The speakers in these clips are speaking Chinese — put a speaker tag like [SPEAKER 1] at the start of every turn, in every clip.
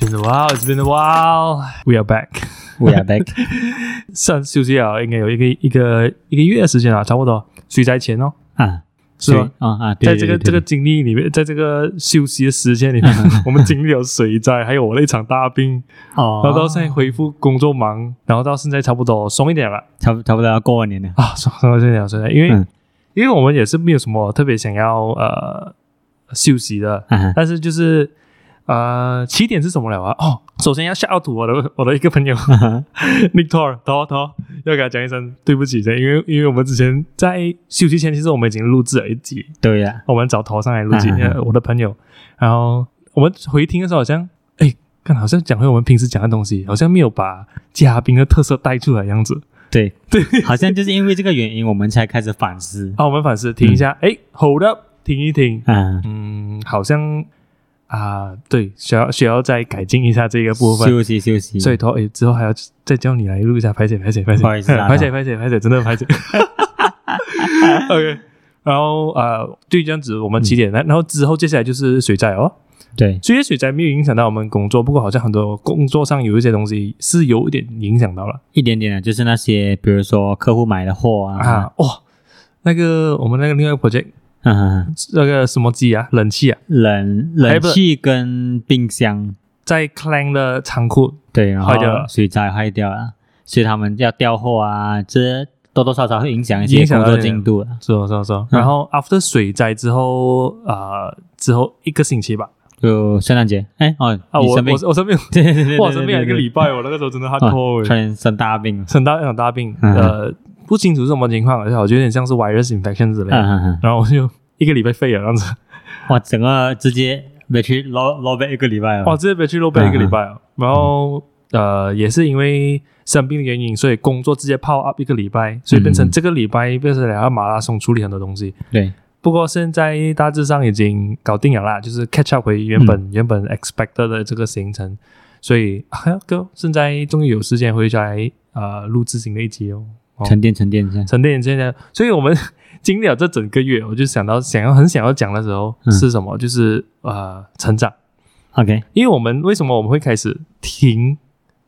[SPEAKER 1] been a while, it's been a while. We are back.
[SPEAKER 2] We are back。
[SPEAKER 1] 上休息了，应该有一个一个一个月的时间啊了，差不多。水灾前哦，
[SPEAKER 2] 啊，
[SPEAKER 1] 是吧？
[SPEAKER 2] 啊啊，对
[SPEAKER 1] 在这个这个经历里面，在这个休息的时间里 面，我们经历了水灾，还有我那场大病，
[SPEAKER 2] 哦，
[SPEAKER 1] 然后到现在恢复工作忙，然后到现在差不多松一点了
[SPEAKER 2] 差不差不多要过完年了。
[SPEAKER 1] 啊，松松一点了，现在因为、
[SPEAKER 2] 嗯
[SPEAKER 1] 因为我们也是没有什么特别想要呃休息的，
[SPEAKER 2] 啊，
[SPEAKER 1] 但是就是呃起点是什么了啊？哦，首先要下土我的我的一个朋友 Nick Tor 涛涛，要给他讲一声对不起，因为因为我们之前在休息前，其实我们已经录制了一集，
[SPEAKER 2] 对呀，
[SPEAKER 1] 我们找头上来录
[SPEAKER 2] 嗯嗯嗯
[SPEAKER 1] 呃我的朋友，然后我们回听的时候好像，哎，看好像讲回我们平时讲的东西，好像没有把嘉宾的特色带出来的样子。
[SPEAKER 2] 对对，好像就是因为这个原因，我们才开始 反思。
[SPEAKER 1] 好，我们反思听一下，哎、h o l d up，听一听，
[SPEAKER 2] 啊，
[SPEAKER 1] 嗯，好像啊、对，需要需要再改进一下这个部分。
[SPEAKER 2] 休息休息。
[SPEAKER 1] 所以头哎，之后还要再叫你来录一下，拍姐拍姐拍姐，
[SPEAKER 2] 嗯不好 意思啊
[SPEAKER 1] 拍姐拍姐拍姐，真的拍 姐。OK，然后呃，就这样子，我们起
[SPEAKER 2] 嗯
[SPEAKER 1] 点，然然后之后接下来就是水灾哦。
[SPEAKER 2] 对
[SPEAKER 1] 虽然水灾没有影响到我们工作，不过好像很多工作上有一些东西是有一点影响到了
[SPEAKER 2] 一点点的，就是那些比如说客户买的货啊，
[SPEAKER 1] 啊。哇，那个我们那个另外一个 project
[SPEAKER 2] 啊，
[SPEAKER 1] 那个什么机啊，冷气啊，
[SPEAKER 2] 冷
[SPEAKER 1] 还有
[SPEAKER 2] 冷
[SPEAKER 1] 不
[SPEAKER 2] 气跟冰箱，
[SPEAKER 1] 在 Clang 的仓库
[SPEAKER 2] 对，然后
[SPEAKER 1] 坏掉了
[SPEAKER 2] 水灾坏掉了，所以他们要调货啊，这多多少少会影响一
[SPEAKER 1] 影
[SPEAKER 2] 些
[SPEAKER 1] 响
[SPEAKER 2] 工
[SPEAKER 1] 到
[SPEAKER 2] 作
[SPEAKER 1] 你
[SPEAKER 2] 进度啊。
[SPEAKER 1] 是哦是哦是哦。然后 after 水灾之后啊、呃之后一个星期吧
[SPEAKER 2] 就圣诞节，哎哦，
[SPEAKER 1] 啊，
[SPEAKER 2] 你
[SPEAKER 1] 我
[SPEAKER 2] 生病
[SPEAKER 1] 我，我生病，
[SPEAKER 2] 对对对对，
[SPEAKER 1] 哇，我
[SPEAKER 2] 对
[SPEAKER 1] 生病了一个礼，拜，我那个时候真的
[SPEAKER 2] 对对
[SPEAKER 1] 很
[SPEAKER 2] 啊差点生大病了。
[SPEAKER 1] 生大场大病，
[SPEAKER 2] 嗯
[SPEAKER 1] 呃，不清楚是什么情况，而且我觉得有点像是 virus infection 之类的。
[SPEAKER 2] 嗯嗯嗯，
[SPEAKER 1] 然后我就一个礼拜废了，这样子。
[SPEAKER 2] 哇，整个直接委屈老老板一个礼拜啊了。
[SPEAKER 1] 哇，直接被去露背一个
[SPEAKER 2] 嗯
[SPEAKER 1] 礼拜哦。然后呃，也是因为生病的原因，所以工作直接 p o up 一个礼拜，所以变成这个礼拜变成两个马拉松处理很多东西。
[SPEAKER 2] 对，
[SPEAKER 1] 不过现在大致上已经搞定了啦，就是
[SPEAKER 2] 嗯
[SPEAKER 1] catch up 回原本、原本 expected 的这个行程，所以啊哥现在终于有时间回来呃录制新的一集哦。哦
[SPEAKER 2] 沉淀沉淀一下。
[SPEAKER 1] 沉淀现在，所以我们 经历了这整个月，我就想到想要很想要讲的时候
[SPEAKER 2] 嗯
[SPEAKER 1] 是什么，就是呃成长。
[SPEAKER 2] OK，
[SPEAKER 1] 因为我们为什么我们会开始停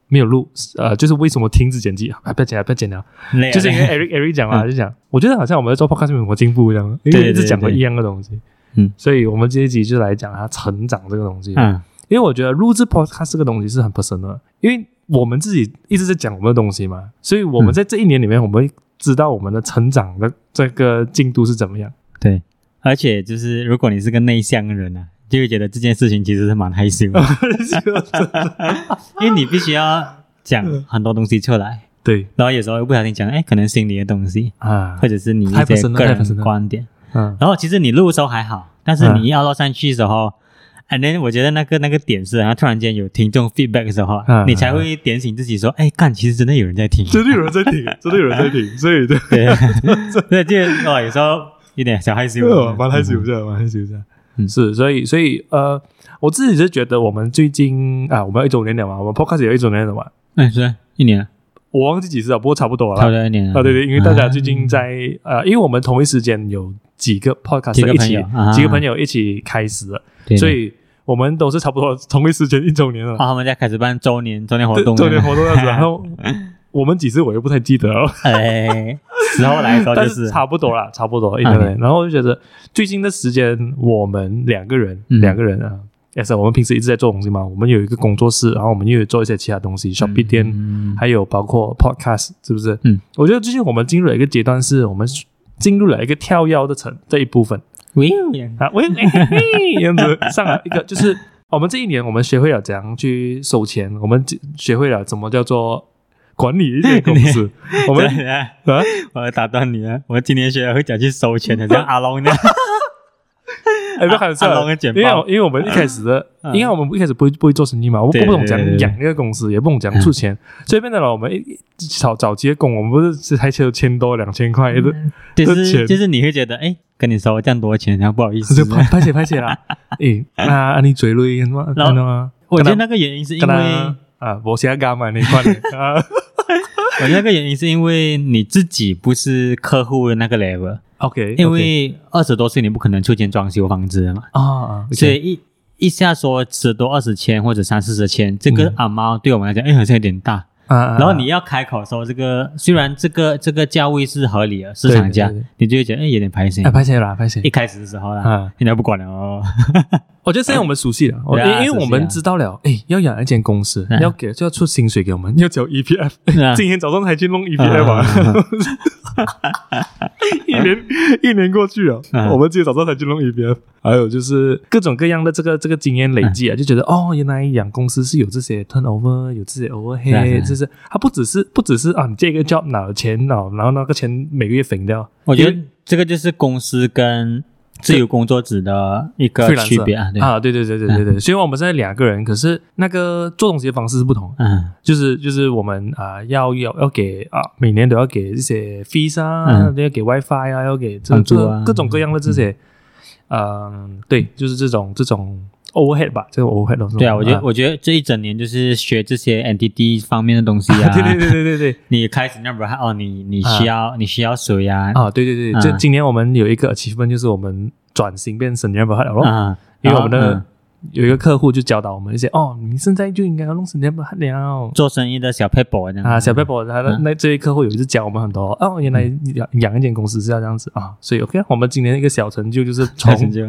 [SPEAKER 1] 没有录？呃，就是为什么停止剪辑啊？不要剪了，不要剪了，
[SPEAKER 2] 累啊
[SPEAKER 1] 就是因为
[SPEAKER 2] 累啊
[SPEAKER 1] Eric Eric 讲嘛，
[SPEAKER 2] 嗯
[SPEAKER 1] 就讲，我觉得好像我们在做 podcast 没有什么进步一样，因为
[SPEAKER 2] 对
[SPEAKER 1] 一直
[SPEAKER 2] 对
[SPEAKER 1] 讲过
[SPEAKER 2] 对
[SPEAKER 1] 一样的东西。
[SPEAKER 2] 嗯
[SPEAKER 1] 所以我们这一集就来讲他成长这个东西，
[SPEAKER 2] 嗯
[SPEAKER 1] 因为我觉得录制 podcast 这个东西是很 personal，的因为我们自己一直在讲我们的东西嘛，所以我们
[SPEAKER 2] 嗯
[SPEAKER 1] 在这一年里面，我们会知道我们的成长的这个进度是怎么样。
[SPEAKER 2] 对，而且就是如果你是个内向的人啊，就会觉得这件事情其实是蛮害 羞的，因为你必须要讲很多东西出来，
[SPEAKER 1] 对
[SPEAKER 2] 然后有时候又不小心讲，哎，可能心里的东西，
[SPEAKER 1] 啊
[SPEAKER 2] 或，者是你
[SPEAKER 1] 太
[SPEAKER 2] 一
[SPEAKER 1] 不
[SPEAKER 2] 些
[SPEAKER 1] 深了
[SPEAKER 2] 个
[SPEAKER 1] 太不深
[SPEAKER 2] 人
[SPEAKER 1] 了
[SPEAKER 2] 观点。
[SPEAKER 1] 嗯，
[SPEAKER 2] 然后其实你录的时候还好，但是
[SPEAKER 1] 嗯
[SPEAKER 2] 你要到上去的时候。哎，那我觉得那个那个点是，然后突然间有听众 feedback 的时候啊，
[SPEAKER 1] 嗯
[SPEAKER 2] 你才会点醒自己说，哎，干，其实真的有人在听，
[SPEAKER 1] 真的有人在听，真的 有人在听，所以对。
[SPEAKER 2] 对，对，就哦，有时候有点啊小害羞
[SPEAKER 1] 对，， 哦蛮害羞的，蛮害羞的。
[SPEAKER 2] 嗯
[SPEAKER 1] 是，所以所以呃，我自己是觉得我们最近啊，我们要一周年了嘛，我们 podcast 也有一周年了嘛，
[SPEAKER 2] 嗯，是一年了，
[SPEAKER 1] 我忘记几次了，不过差不多了
[SPEAKER 2] 差不
[SPEAKER 1] 啦。
[SPEAKER 2] 多一年了。
[SPEAKER 1] 啊，对对，因为大家最近
[SPEAKER 2] 嗯
[SPEAKER 1] 在、呃，因为我们同一时间有几个 podcast
[SPEAKER 2] 几个
[SPEAKER 1] 一起
[SPEAKER 2] 朋友啊
[SPEAKER 1] 几个朋友一起开始的，
[SPEAKER 2] 对对
[SPEAKER 1] 所以我们都是差不多同一时间一周年了，
[SPEAKER 2] 哦，他们在开始办周年周年活
[SPEAKER 1] 对
[SPEAKER 2] 动了，
[SPEAKER 1] 周年活动样子，然后我们几次我又不太记得了。
[SPEAKER 2] 哎，时候来的时候就
[SPEAKER 1] 但
[SPEAKER 2] 是嗯
[SPEAKER 1] 差不多啦，差不多一点点。然后我就觉得最近的时间，我们两个人，
[SPEAKER 2] 嗯
[SPEAKER 1] 两个人啊，也是我们平时一直在做东西嘛。我们有一个工作室，然后我们又有做一些其他东西，小 B 店，
[SPEAKER 2] 嗯
[SPEAKER 1] 还有包括 podcast，是不是？
[SPEAKER 2] 嗯，
[SPEAKER 1] 我觉得最近我们进入了一个阶段，是我们进入了一个跳跃的层这一部分
[SPEAKER 2] 喂，
[SPEAKER 1] 啊，喂，嘿嘿 嘿这样子上来一个就是。我们这一年，我们学会了怎样去收钱，我们学会了怎么叫做管理一些公 司。我
[SPEAKER 2] 我
[SPEAKER 1] 们啊，
[SPEAKER 2] 我打断你啊了，我今天学会讲去收钱 的，像阿龙那样，
[SPEAKER 1] 哎，不要开玩笑
[SPEAKER 2] 阿龙的，简
[SPEAKER 1] 因为
[SPEAKER 2] 报
[SPEAKER 1] 我因为我们一开始的，
[SPEAKER 2] 嗯
[SPEAKER 1] 因为我们一开始不会不会做生意嘛，我们
[SPEAKER 2] 对
[SPEAKER 1] 不懂怎
[SPEAKER 2] 对
[SPEAKER 1] 样
[SPEAKER 2] 对
[SPEAKER 1] 养一个公司，也不懂怎样出钱，所以变成了我们一一早早接工，我们不是才求千多两千块的，
[SPEAKER 2] 就
[SPEAKER 1] 这钱
[SPEAKER 2] 是就是你会觉得，哎，跟你收这样多钱，然后不好意思
[SPEAKER 1] 就。拍拍写拍写 啦，诶，那你嘴累什么？
[SPEAKER 2] 然后
[SPEAKER 1] 真的吗？
[SPEAKER 2] 我觉得那个原因是因
[SPEAKER 1] 跟
[SPEAKER 2] 为，
[SPEAKER 1] 他啊，我现在干嘛那一块啊
[SPEAKER 2] 我觉得那个原因是因为你自己不是客户的那个 level，
[SPEAKER 1] ？OK，
[SPEAKER 2] 因为二十多岁你不可能出钱装修房子的嘛，
[SPEAKER 1] 啊，
[SPEAKER 2] 所以一一下说十多二十千或者三四十千，这个
[SPEAKER 1] 嗯
[SPEAKER 2] amount 对我们来讲，哎，好像有点大。
[SPEAKER 1] 啊，
[SPEAKER 2] 然后你要开口说这个，虽然这个这个价位是合理的市场价
[SPEAKER 1] 对对对，
[SPEAKER 2] 你就会觉得哎有点排心
[SPEAKER 1] 啊，。拍谁啦？拍谁
[SPEAKER 2] 一？开始的时候啦
[SPEAKER 1] 啊，
[SPEAKER 2] 现在不管了哦。
[SPEAKER 1] 我觉得现在我们熟悉了，我
[SPEAKER 2] 对啊
[SPEAKER 1] 因为我
[SPEAKER 2] 熟悉
[SPEAKER 1] 们
[SPEAKER 2] 啊
[SPEAKER 1] 知道了，哎，要养一间公司
[SPEAKER 2] 嗯，
[SPEAKER 1] 要给就要出薪水给我们，要交 EPF
[SPEAKER 2] 是啊。 啊
[SPEAKER 1] 今天早上才去弄 EPF 啊， 一年一年过去了
[SPEAKER 2] 嗯，
[SPEAKER 1] 我们今天早上才去弄 EPF，还有就是各种各样的这个这个经验累积啊，就觉得哦，原来养公司是有这些 turnover，有这些
[SPEAKER 2] 对啊对啊
[SPEAKER 1] overhead，就是它不只是不只是啊，你这个 job 拿了钱哦，然后那个钱每个月分掉，
[SPEAKER 2] 我觉
[SPEAKER 1] 因
[SPEAKER 2] 得
[SPEAKER 1] 为
[SPEAKER 2] 这个就是公司跟自由工作者的一个
[SPEAKER 1] freelancer
[SPEAKER 2] 区别啊，对，
[SPEAKER 1] 啊，对对对对对对，虽然我们现在两个人，可是那个做东西的方式是不同的。
[SPEAKER 2] 嗯
[SPEAKER 1] 就是就是我们啊、要要要给啊，每年都要给这些 fees 啊，
[SPEAKER 2] 嗯
[SPEAKER 1] 都要给 WiFi 啊，要给这
[SPEAKER 2] 房
[SPEAKER 1] 这
[SPEAKER 2] 租啊
[SPEAKER 1] 各种各样的这些，嗯，对，就是这种这种 overhead 吧，这种 overhead 都是
[SPEAKER 2] 对啊，我觉得、
[SPEAKER 1] 啊
[SPEAKER 2] 我觉得这一整年就是学这些 NTD 方面的东西啊，
[SPEAKER 1] 对对对对对对
[SPEAKER 2] 你开始 number 哦，你你需要、你需要谁呀？
[SPEAKER 1] 啊，对对
[SPEAKER 2] 啊
[SPEAKER 1] 对，这、今年我们有一个 achievement 就是我们转型变成 never head 了咯，
[SPEAKER 2] 啊，
[SPEAKER 1] 因为我们
[SPEAKER 2] 然
[SPEAKER 1] 的、
[SPEAKER 2] 后嗯
[SPEAKER 1] 有一个客户就教导我们一些哦，你现在就应该要弄成 never head 了。
[SPEAKER 2] 做生意的小 paper 这样
[SPEAKER 1] 啊，小 paper 他的
[SPEAKER 2] 嗯
[SPEAKER 1] 那这些客户有一直教我们很多哦，原来养养一间公司是要这样子啊，所以 OK，我们今年一个小成就就是从
[SPEAKER 2] 开始就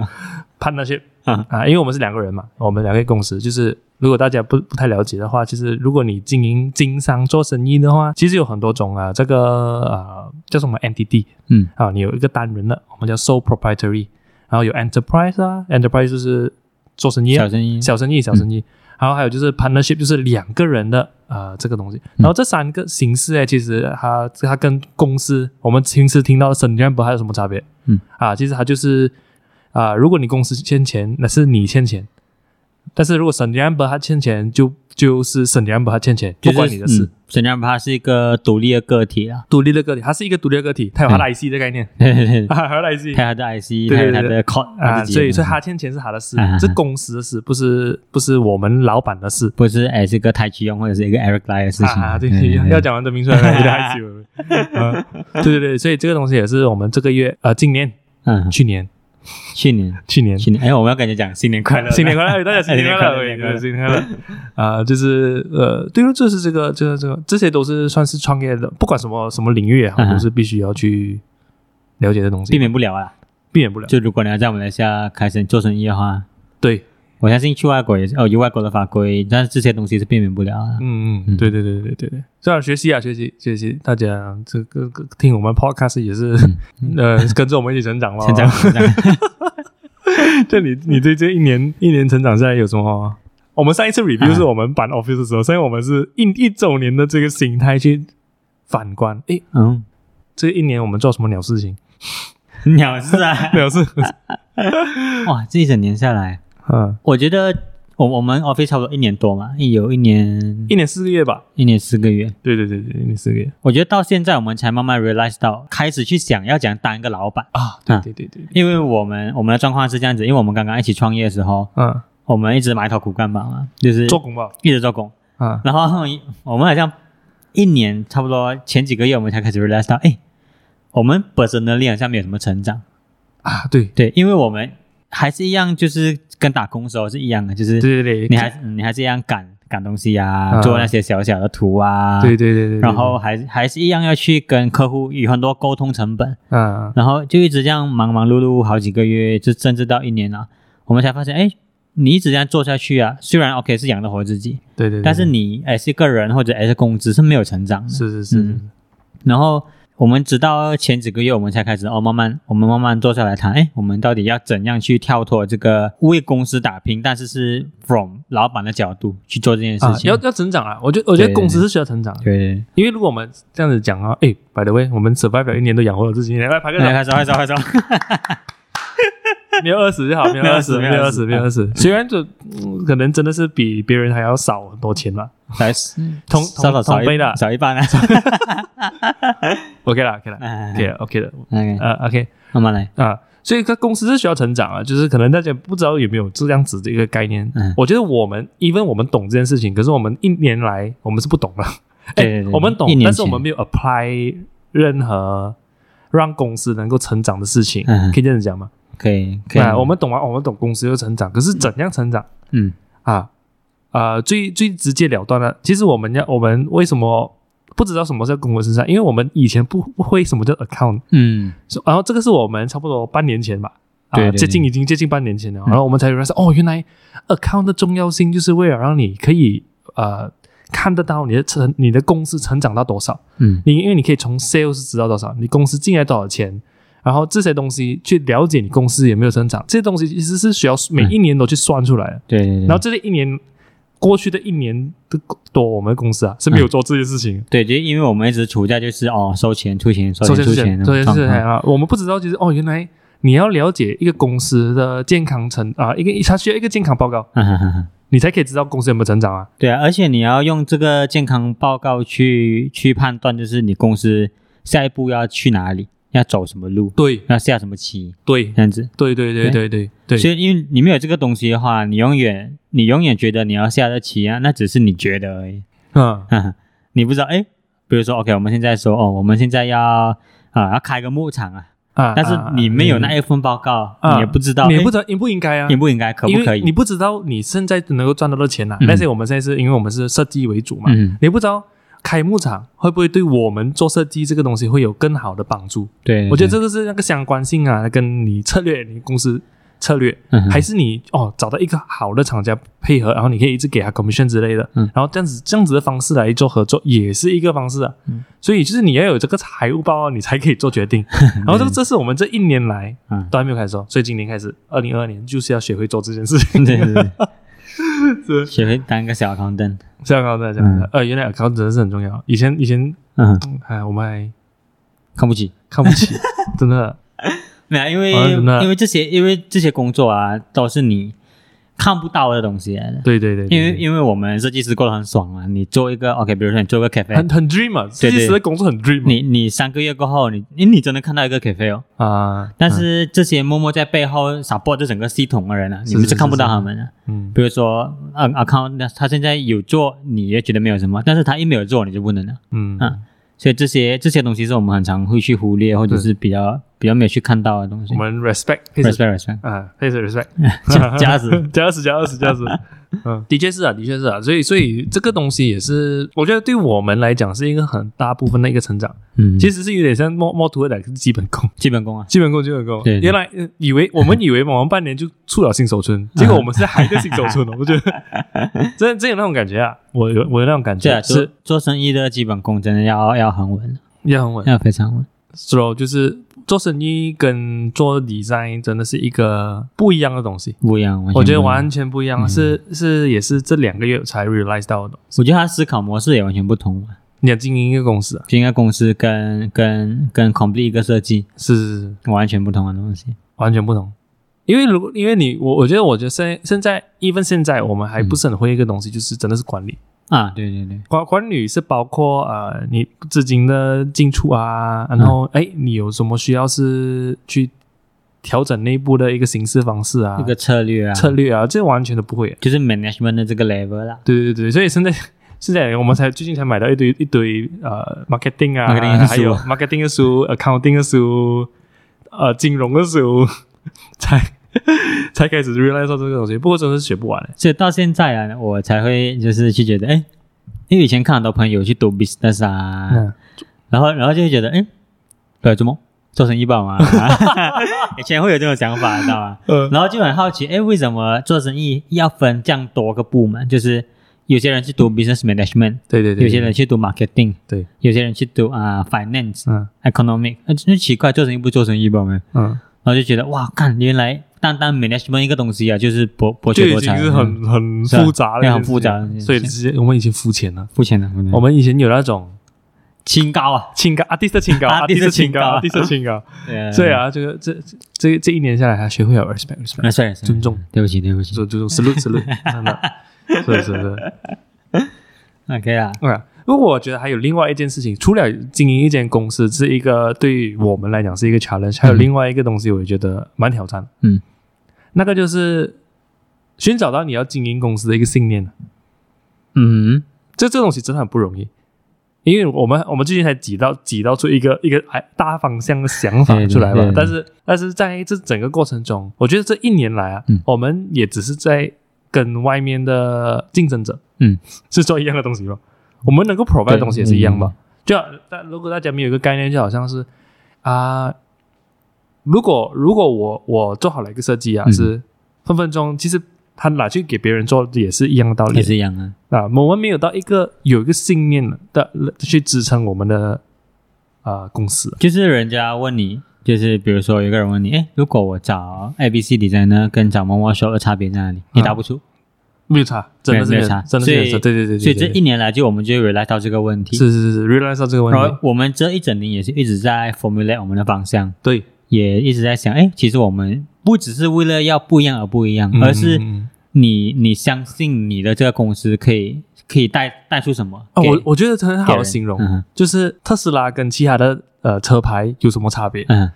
[SPEAKER 1] partnership
[SPEAKER 2] 啊
[SPEAKER 1] 啊，因为我们是两个人嘛，我们两个公司就是如果大家不不太了解的话，其实如果你经营经商做生意的话，其实有很多种啊，这个呃叫什么 entity
[SPEAKER 2] 嗯
[SPEAKER 1] 啊，你有一个单人的，我们叫 sole proprietary，然后有 enterprise 啊，enterprise 就是做生意啊
[SPEAKER 2] 小生意
[SPEAKER 1] 小生意，
[SPEAKER 2] 嗯
[SPEAKER 1] 小生意。然后还有就是 partnership，就是两个人的呃这个东西。然后这三个形式哎，其实它它跟公司我们平时听到的 s e n d a m b 还有什么差别？
[SPEAKER 2] 嗯
[SPEAKER 1] 啊，其实它就是啊、如果你公司欠钱，那是你欠钱；但是如果 s e n d a m b 他欠钱，就就是 s e n d a m b 他欠钱，
[SPEAKER 2] 就
[SPEAKER 1] 不
[SPEAKER 2] 是
[SPEAKER 1] 关你的事。
[SPEAKER 2] 嗯，沈阳它是一个独立的个体啊，
[SPEAKER 1] 独立的个体，它是一个独立的个体，它有它的 IC 的概念，
[SPEAKER 2] 嗯对对对，
[SPEAKER 1] 啊， 还有它的 IC
[SPEAKER 2] 它有它的 IC，
[SPEAKER 1] 对
[SPEAKER 2] 它
[SPEAKER 1] 对
[SPEAKER 2] 有它
[SPEAKER 1] 对
[SPEAKER 2] 的 code
[SPEAKER 1] 啊，所以所以
[SPEAKER 2] 它
[SPEAKER 1] 他欠钱是他的事
[SPEAKER 2] 啊，
[SPEAKER 1] 是公司的事，不是不是我们老板的事。
[SPEAKER 2] 不是哎，是一个台启用或者是一个 Eric Lai 的事情
[SPEAKER 1] 啊，对，
[SPEAKER 2] 嗯
[SPEAKER 1] 要要讲完这名出来，有点 害羞。啊对对对，所以这个东西也是我们这个月呃，今年、
[SPEAKER 2] 嗯，
[SPEAKER 1] 去年、
[SPEAKER 2] 去年
[SPEAKER 1] 去年、
[SPEAKER 2] 新年，哎，我们要跟你讲 新年快乐，
[SPEAKER 1] 新年快乐，大家新年快乐，
[SPEAKER 2] 新年快乐
[SPEAKER 1] 对新年快乐。啊，就是呃，对了，就是这个，这个，这个，这些都是算是创业的，不管什么什么领域也好
[SPEAKER 2] 嗯，哼
[SPEAKER 1] 都是必须要去了解的东西，
[SPEAKER 2] 避免不了啊。
[SPEAKER 1] 避免不了。
[SPEAKER 2] 就如果你要在马来西亚开始做生意的话，
[SPEAKER 1] 对，
[SPEAKER 2] 我相信去外国也是哦，有外国的法规，但是这些东西是避免不了啊。
[SPEAKER 1] 嗯
[SPEAKER 2] 嗯
[SPEAKER 1] 嗯，对对对对对对，这样学习啊，学习学习，大家这个个听我们 podcast 也是， 呃，跟着我们一起成长了。
[SPEAKER 2] 嗯成长，成长，
[SPEAKER 1] 就你你对 这一年一年成长下来有什么？我们上一次 review 是我们版 office 的时候，所以我们是一一周年的这个心态去反观，诶，
[SPEAKER 2] 嗯，
[SPEAKER 1] 这一年我们做什么鸟事情？
[SPEAKER 2] 鸟事啊，
[SPEAKER 1] 鸟事，
[SPEAKER 2] 哇，这一整年下来，
[SPEAKER 1] 嗯，
[SPEAKER 2] 我觉得我我们 office 差不多一年多嘛，有一年
[SPEAKER 1] 一年四个月吧？
[SPEAKER 2] 一年四个月，
[SPEAKER 1] 对对对对，一年四个月
[SPEAKER 2] 我觉得到现在我们才慢慢 realize 到，开始去想要讲当一个老板，
[SPEAKER 1] 啊，
[SPEAKER 2] 对
[SPEAKER 1] 对对对对，
[SPEAKER 2] 因为我们我们的状况是这样子，因为我们刚刚一起创业的时候，
[SPEAKER 1] 嗯，
[SPEAKER 2] 我们一直埋头苦干吧嘛，就是
[SPEAKER 1] 做工吧，
[SPEAKER 2] 一直做工，
[SPEAKER 1] 啊，
[SPEAKER 2] 然后我们好像一年差不多前几个月，我们才开始 realize 到，哎，我们本身的力好像没有什么成长。
[SPEAKER 1] 啊，对
[SPEAKER 2] 对，因为我们还是一样，就是跟打工的时候是一样的，就是
[SPEAKER 1] 对对对，
[SPEAKER 2] 你还嗯你还是一样赶赶东西啊，
[SPEAKER 1] 啊
[SPEAKER 2] 做那些小小的图啊，
[SPEAKER 1] 对对对对对，
[SPEAKER 2] 然后还还是一样要去跟客户有很多沟通成本，
[SPEAKER 1] 啊，
[SPEAKER 2] 然后就一直这样忙忙碌碌好几个月，就甚至到一年了，我们才发现，哎，你一直这样做下去啊，虽然 OK 是养得活自己，
[SPEAKER 1] 对对，对
[SPEAKER 2] 但是你哎是个人或者哎是工资是没有成长的，
[SPEAKER 1] 是是是，
[SPEAKER 2] 嗯然后我们直到前几个月，我们才开始哦，慢慢我们慢慢坐下来谈，哎，我们到底要怎样去跳脱这个为公司打拼，但是是 from 老板的角度去做这件事
[SPEAKER 1] 啊，
[SPEAKER 2] 情。
[SPEAKER 1] 要要成长啊，我觉得我觉
[SPEAKER 2] 对
[SPEAKER 1] 得
[SPEAKER 2] 对
[SPEAKER 1] 公司是需要成长的，
[SPEAKER 2] 对，
[SPEAKER 1] 因为如果我们这样子讲啊，哎，by the way，我们 survive 了一年都养活了自己，来来拍个照
[SPEAKER 2] 来。开始，开始，开始，
[SPEAKER 1] 没有二十就好，没有二十，
[SPEAKER 2] 没
[SPEAKER 1] 没
[SPEAKER 2] 有20
[SPEAKER 1] 有二十，没有二十。虽然就、嗯可能真的是比别人还要少很多钱吧。
[SPEAKER 2] 来，
[SPEAKER 1] 同
[SPEAKER 2] 少少
[SPEAKER 1] 同
[SPEAKER 2] 少
[SPEAKER 1] 同
[SPEAKER 2] 一
[SPEAKER 1] 辈的
[SPEAKER 2] 少 一半啊。
[SPEAKER 1] OK 啦，OK 啦
[SPEAKER 2] 哎
[SPEAKER 1] ，OK 啦，OK 的，
[SPEAKER 2] OK，
[SPEAKER 1] 呃，OK
[SPEAKER 2] 慢慢来。
[SPEAKER 1] 啊。所以它公司是需要成长啊，就是可能大家不知道有没有这样子的一个概念。
[SPEAKER 2] 嗯
[SPEAKER 1] 我觉得我们 even 我们懂这件事情，可是我们一年来我们是不懂的。
[SPEAKER 2] 对对对，
[SPEAKER 1] 我们懂
[SPEAKER 2] 一，年
[SPEAKER 1] 但是我
[SPEAKER 2] 前
[SPEAKER 1] 们没有 apply 任何让公司能够成长的事情，
[SPEAKER 2] 嗯
[SPEAKER 1] 可以这样子讲吗？
[SPEAKER 2] 可以可以。
[SPEAKER 1] 那我们懂啊，我们懂公司要成长，可是怎样成长
[SPEAKER 2] 嗯
[SPEAKER 1] 啊？啊、最最直截了当的，其实我们要我们为什么不知道什么叫公文身上？因为我们以前不不会什么叫 account，
[SPEAKER 2] 嗯
[SPEAKER 1] 是然后这个是我们差不多半年前吧，啊，
[SPEAKER 2] 对对对
[SPEAKER 1] 接近已经接近半年前了，
[SPEAKER 2] 嗯
[SPEAKER 1] 然后我们才认识哦，原来 account 的重要性就是为了让你可以呃看得到你的成你的公司成长到多少，
[SPEAKER 2] 嗯
[SPEAKER 1] 你因为你可以从 sales 知道多少，你公司进来多少钱。然后这些东西去了解你公司有没有增长，这些东西其实是需要
[SPEAKER 2] 嗯
[SPEAKER 1] 每一年都去算出来的。
[SPEAKER 2] 对对对。
[SPEAKER 1] 然后这一年过去的一年的多，我们公司啊是
[SPEAKER 2] 嗯
[SPEAKER 1] 没有做这些事情，
[SPEAKER 2] 对，就因为我们一直处在就是哦收钱出钱收
[SPEAKER 1] 首
[SPEAKER 2] 钱
[SPEAKER 1] 先
[SPEAKER 2] 出
[SPEAKER 1] 是
[SPEAKER 2] 钱的
[SPEAKER 1] 首先
[SPEAKER 2] 状
[SPEAKER 1] 是
[SPEAKER 2] 况
[SPEAKER 1] 啊，我们不知道就是哦，原来你要了解一个公司的健康成啊、一个它需要一个健康报告，
[SPEAKER 2] 嗯哼哼哼
[SPEAKER 1] 你才可以知道公司有没有成长啊。
[SPEAKER 2] 对啊，而且你要用这个健康报告去去判断，就是你公司下一步要去哪里，要走什么路，
[SPEAKER 1] 对
[SPEAKER 2] 要下什么棋，
[SPEAKER 1] 对
[SPEAKER 2] 这样子。
[SPEAKER 1] 对对对对对
[SPEAKER 2] 所
[SPEAKER 1] 对
[SPEAKER 2] 以，因为你没有这个东西的话，你永远你永远觉得你要下的棋啊，那只是你觉得而已。
[SPEAKER 1] 嗯
[SPEAKER 2] 哈哈，你不知道哎，诶比如说 OK，我们现在说哦，我们现在要啊、要开个牧场啊，
[SPEAKER 1] 啊，
[SPEAKER 2] 但是你没有那一份报告，
[SPEAKER 1] 啊
[SPEAKER 2] 你也不知道，
[SPEAKER 1] 你
[SPEAKER 2] 诶
[SPEAKER 1] 不知道应不应该啊
[SPEAKER 2] 应？不应该，可
[SPEAKER 1] 因
[SPEAKER 2] 不可
[SPEAKER 1] 为
[SPEAKER 2] 以？
[SPEAKER 1] 你不知道你现在能够赚到的钱呐、啊。
[SPEAKER 2] 嗯
[SPEAKER 1] 那些、我们现在是因为我们是设计为主嘛，
[SPEAKER 2] 嗯，
[SPEAKER 1] 你不知道开牧场会不会对我们做设计这个东西会有更好的帮助？
[SPEAKER 2] 对，
[SPEAKER 1] 我觉得
[SPEAKER 2] 对
[SPEAKER 1] 这个是那个相关性啊，跟你策略、你公司策略，
[SPEAKER 2] 嗯哼
[SPEAKER 1] 还是你哦找到一个好的厂家配合，然后你可以一直给他 commission 之类的，
[SPEAKER 2] 嗯
[SPEAKER 1] 然后这样子这样子的方式来做合作也是一个方式啊。
[SPEAKER 2] 嗯
[SPEAKER 1] 所以就是你要有这个财务报告，你才可以做决 定。然后这个这是我们这一年来
[SPEAKER 2] 嗯
[SPEAKER 1] 都还没有开始做，所以今年开始，二零二二年就是要学会做这件事情。
[SPEAKER 2] 对对对，
[SPEAKER 1] 是
[SPEAKER 2] 学会当一个小扛灯，
[SPEAKER 1] 这样这样这样，呃，原来 account 真的是很重要。以前以前，
[SPEAKER 2] 嗯，
[SPEAKER 1] 嗯哎，我们还
[SPEAKER 2] 看不起。
[SPEAKER 1] 看不起， 真的，
[SPEAKER 2] 没有，因为、
[SPEAKER 1] 啊真的
[SPEAKER 2] 因为这些因为这些工作啊，都是你看不到的东西来的。
[SPEAKER 1] 对对对，对
[SPEAKER 2] 因为因为我们设计师过得很爽啊，你做一个 OK，比如说你做个 cafe，
[SPEAKER 1] 很很 dream 啊，设计师的工作很 dream 啊。
[SPEAKER 2] 你你三个月过后，你你你真的看到一个 cafe 哦，
[SPEAKER 1] 啊，
[SPEAKER 2] 但是这些默默在背后 support 这整个系统的人啊，
[SPEAKER 1] 是
[SPEAKER 2] 你们
[SPEAKER 1] 是
[SPEAKER 2] 是看不到
[SPEAKER 1] 是
[SPEAKER 2] 他们的。
[SPEAKER 1] 嗯，
[SPEAKER 2] 比如说，啊 account，他现在有做，你也觉得没有什么，但是他一没有做，你就不能了。
[SPEAKER 1] 嗯
[SPEAKER 2] 啊所以这些这些东西是我们很常会去忽略，或者是比较比较没有去看到的东西
[SPEAKER 1] 我。们 respect 配置
[SPEAKER 2] respect respect，
[SPEAKER 1] 啊，配置 respect
[SPEAKER 2] 加加值。
[SPEAKER 1] 加二十加二十加 二十，嗯，的确是啊，的确是啊，所以所以这个东西也是，我觉得对我们来讲是一个很大部分的一个成长，
[SPEAKER 2] 嗯，
[SPEAKER 1] 其实是有点像摸摸图的基本功，
[SPEAKER 2] 基本功啊，
[SPEAKER 1] 基本功基本功。
[SPEAKER 2] 对对
[SPEAKER 1] 原来呃以为我们以为我们半年就出了新手 村，结果我们是还在新手村哦，我 觉得真的真有那种感觉啊，我有我有那种感
[SPEAKER 2] 对
[SPEAKER 1] 觉
[SPEAKER 2] 啊，做
[SPEAKER 1] 是
[SPEAKER 2] 做生意的基本功真的要要很稳，
[SPEAKER 1] 也很稳。
[SPEAKER 2] 要非常稳。
[SPEAKER 1] 是咯，就是做生意跟做 design 真的是一个不一样的东西，
[SPEAKER 2] 不一样，全
[SPEAKER 1] 我觉得
[SPEAKER 2] 不一样
[SPEAKER 1] 完。全不一
[SPEAKER 2] 嗯
[SPEAKER 1] 样，是是也是这两个月才 realize 到的。
[SPEAKER 2] 我觉得他思考模式也完全不同嘛，
[SPEAKER 1] 你要经营一个公司啊，
[SPEAKER 2] 就应该公司跟跟跟 complete 一个设计
[SPEAKER 1] 是是是，
[SPEAKER 2] 完全不同的东西。
[SPEAKER 1] 完全不同。因为如果因为你我我觉得我觉得现现在 even 现在我们还
[SPEAKER 2] 嗯
[SPEAKER 1] 不是很会一个东西，就是真的是管理。
[SPEAKER 2] 啊，对对对，
[SPEAKER 1] 管管理是包括呃你资金的进出啊，然后
[SPEAKER 2] 嗯
[SPEAKER 1] 哎、你有什么需要是去调整内部的一个行事方式啊
[SPEAKER 2] 一、个策略啊，
[SPEAKER 1] 策略啊，这完全都不会、
[SPEAKER 2] 就是 management 的这个 level 啦。
[SPEAKER 1] 对对对，所以现在 现在我们才最近才买到一堆一堆呃 marketing 啊
[SPEAKER 2] marketing 的书
[SPEAKER 1] 还有 marketing 的书、accounting 的书、呃金融的书， 才才开始 realize 到这个东西。不过真的是学不完、欸，
[SPEAKER 2] 所以到现在啊，我才会就是去觉得，哎，因为以前看很多朋友去读 business 啊，
[SPEAKER 1] 嗯
[SPEAKER 2] 然后然后就会觉得，哎，对，怎么做生意吧 嘛？以前会有这种想法，你知道吗？
[SPEAKER 1] 呃
[SPEAKER 2] 然后就很好奇，哎，为什么做生意要分这样多个部门？就是有些人去读 business management，
[SPEAKER 1] 对对对，
[SPEAKER 2] 有些人去读 marketing，
[SPEAKER 1] 对，
[SPEAKER 2] 有些人去读啊、finance、
[SPEAKER 1] 嗯
[SPEAKER 2] economic，那、真奇怪，做生意不做生意吧我们，
[SPEAKER 1] 嗯，
[SPEAKER 2] 然后就觉得哇，看原来单单 management 一个东西啊，就是博博
[SPEAKER 1] 就
[SPEAKER 2] 学
[SPEAKER 1] 已
[SPEAKER 2] 多
[SPEAKER 1] 经
[SPEAKER 2] 才，
[SPEAKER 1] 是很很
[SPEAKER 2] 是啊
[SPEAKER 1] 复杂的一件事情，
[SPEAKER 2] 对很复杂的一件事
[SPEAKER 1] 所以直接我们以前肤浅了，
[SPEAKER 2] 肤浅的，我
[SPEAKER 1] 我们以前有那种
[SPEAKER 2] 清高啊，
[SPEAKER 1] 清高，阿弟的清 高，阿
[SPEAKER 2] artist
[SPEAKER 1] 弟的清高，
[SPEAKER 2] 清高
[SPEAKER 1] 阿弟的清高。
[SPEAKER 2] 对
[SPEAKER 1] 所以，啊，这个这这这这一年下来，还学会了 respect respect
[SPEAKER 2] 嗯啊，算了算了
[SPEAKER 1] 尊重，
[SPEAKER 2] 对不起对不起
[SPEAKER 1] 就就就 salute salute，真的，是是是。
[SPEAKER 2] ，OK 啦，
[SPEAKER 1] OK，如果我觉得还有另外一件事情，除了经营一间公司是一个对于我们来讲是一个 challenge，还有另外一个东西，我也觉得蛮挑战的。
[SPEAKER 2] 嗯，
[SPEAKER 1] 那个就是寻找啊到你要经营公司的一个信念。
[SPEAKER 2] 嗯
[SPEAKER 1] 这这东西真的很不容易。因为我们我们最近才挤到挤到出一个一个哎大方向的想法
[SPEAKER 2] 对对
[SPEAKER 1] 出来吧
[SPEAKER 2] 对，对
[SPEAKER 1] 但是但是在这整个过程中，我觉得这一年来啊，
[SPEAKER 2] 嗯
[SPEAKER 1] 我们也只是在跟外面的竞争者，
[SPEAKER 2] 嗯，
[SPEAKER 1] 是做一样的东西吧，我们能够 provide
[SPEAKER 2] 对嗯
[SPEAKER 1] 的东西也是一样吧，就好但如果大家没有一个概念，就好像是啊、如果如果我我做好了一个设计啊，
[SPEAKER 2] 嗯
[SPEAKER 1] 是分分钟其实他拿去给别人做也是一样的道理
[SPEAKER 2] 也，是一样啊。
[SPEAKER 1] 啊，我们没有到一个有一个信念的去支撑我们的啊、呃公司。
[SPEAKER 2] 就是人家问你，就是比如说有个人问你，哎，如果我找 A B C designer 跟找某某 shop 的差别在哪里？
[SPEAKER 1] 啊
[SPEAKER 2] 你答不出。
[SPEAKER 1] 没有差，真的是
[SPEAKER 2] 没有没有差
[SPEAKER 1] 真的是没有
[SPEAKER 2] 所
[SPEAKER 1] 差，
[SPEAKER 2] 以
[SPEAKER 1] 对对对对
[SPEAKER 2] 所以这
[SPEAKER 1] 对
[SPEAKER 2] 一年来，就我们就有来到这个问题。
[SPEAKER 1] 是是是 realize 到这个问
[SPEAKER 2] 然后
[SPEAKER 1] 题，
[SPEAKER 2] 我们这一整年也是一直在 formulate 我们的方向，
[SPEAKER 1] 对，
[SPEAKER 2] 也一直在想，哎，其实我们不只是为了要不一样而不一样，
[SPEAKER 1] 嗯
[SPEAKER 2] 而是
[SPEAKER 1] 嗯
[SPEAKER 2] 你你相信你的这个公司可以可以带带出什么？
[SPEAKER 1] 啊，
[SPEAKER 2] 给
[SPEAKER 1] 我我觉得很
[SPEAKER 2] 给
[SPEAKER 1] 好
[SPEAKER 2] 人
[SPEAKER 1] 形容，
[SPEAKER 2] 嗯哼
[SPEAKER 1] 就是特斯拉跟其他的呃车牌有什么差别？
[SPEAKER 2] 嗯，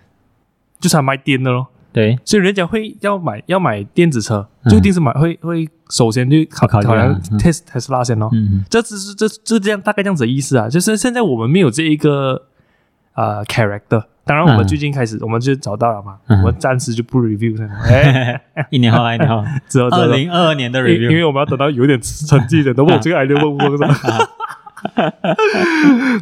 [SPEAKER 1] 就是它卖电的咯，
[SPEAKER 2] 对，
[SPEAKER 1] 所以人家会要买要买电子车，就一定是买会会首先就考
[SPEAKER 2] 嗯考虑
[SPEAKER 1] 考量
[SPEAKER 2] 啊嗯
[SPEAKER 1] test Tesla 先咯。
[SPEAKER 2] 嗯，
[SPEAKER 1] 这只是这这这样大概这样子的意思啊，就是现在我们没有这一个呃 character，当然我们
[SPEAKER 2] 嗯
[SPEAKER 1] 最近开始、我们就找到了嘛，
[SPEAKER 2] 嗯
[SPEAKER 1] 我们 暂时就不 review 了，哎，
[SPEAKER 2] 一年后啊，一年后，
[SPEAKER 1] 之后之后
[SPEAKER 2] 二，零二二年的
[SPEAKER 1] 因为因
[SPEAKER 2] review，
[SPEAKER 1] 为我们要等到有点成绩的，等我 这个 idea 问问上。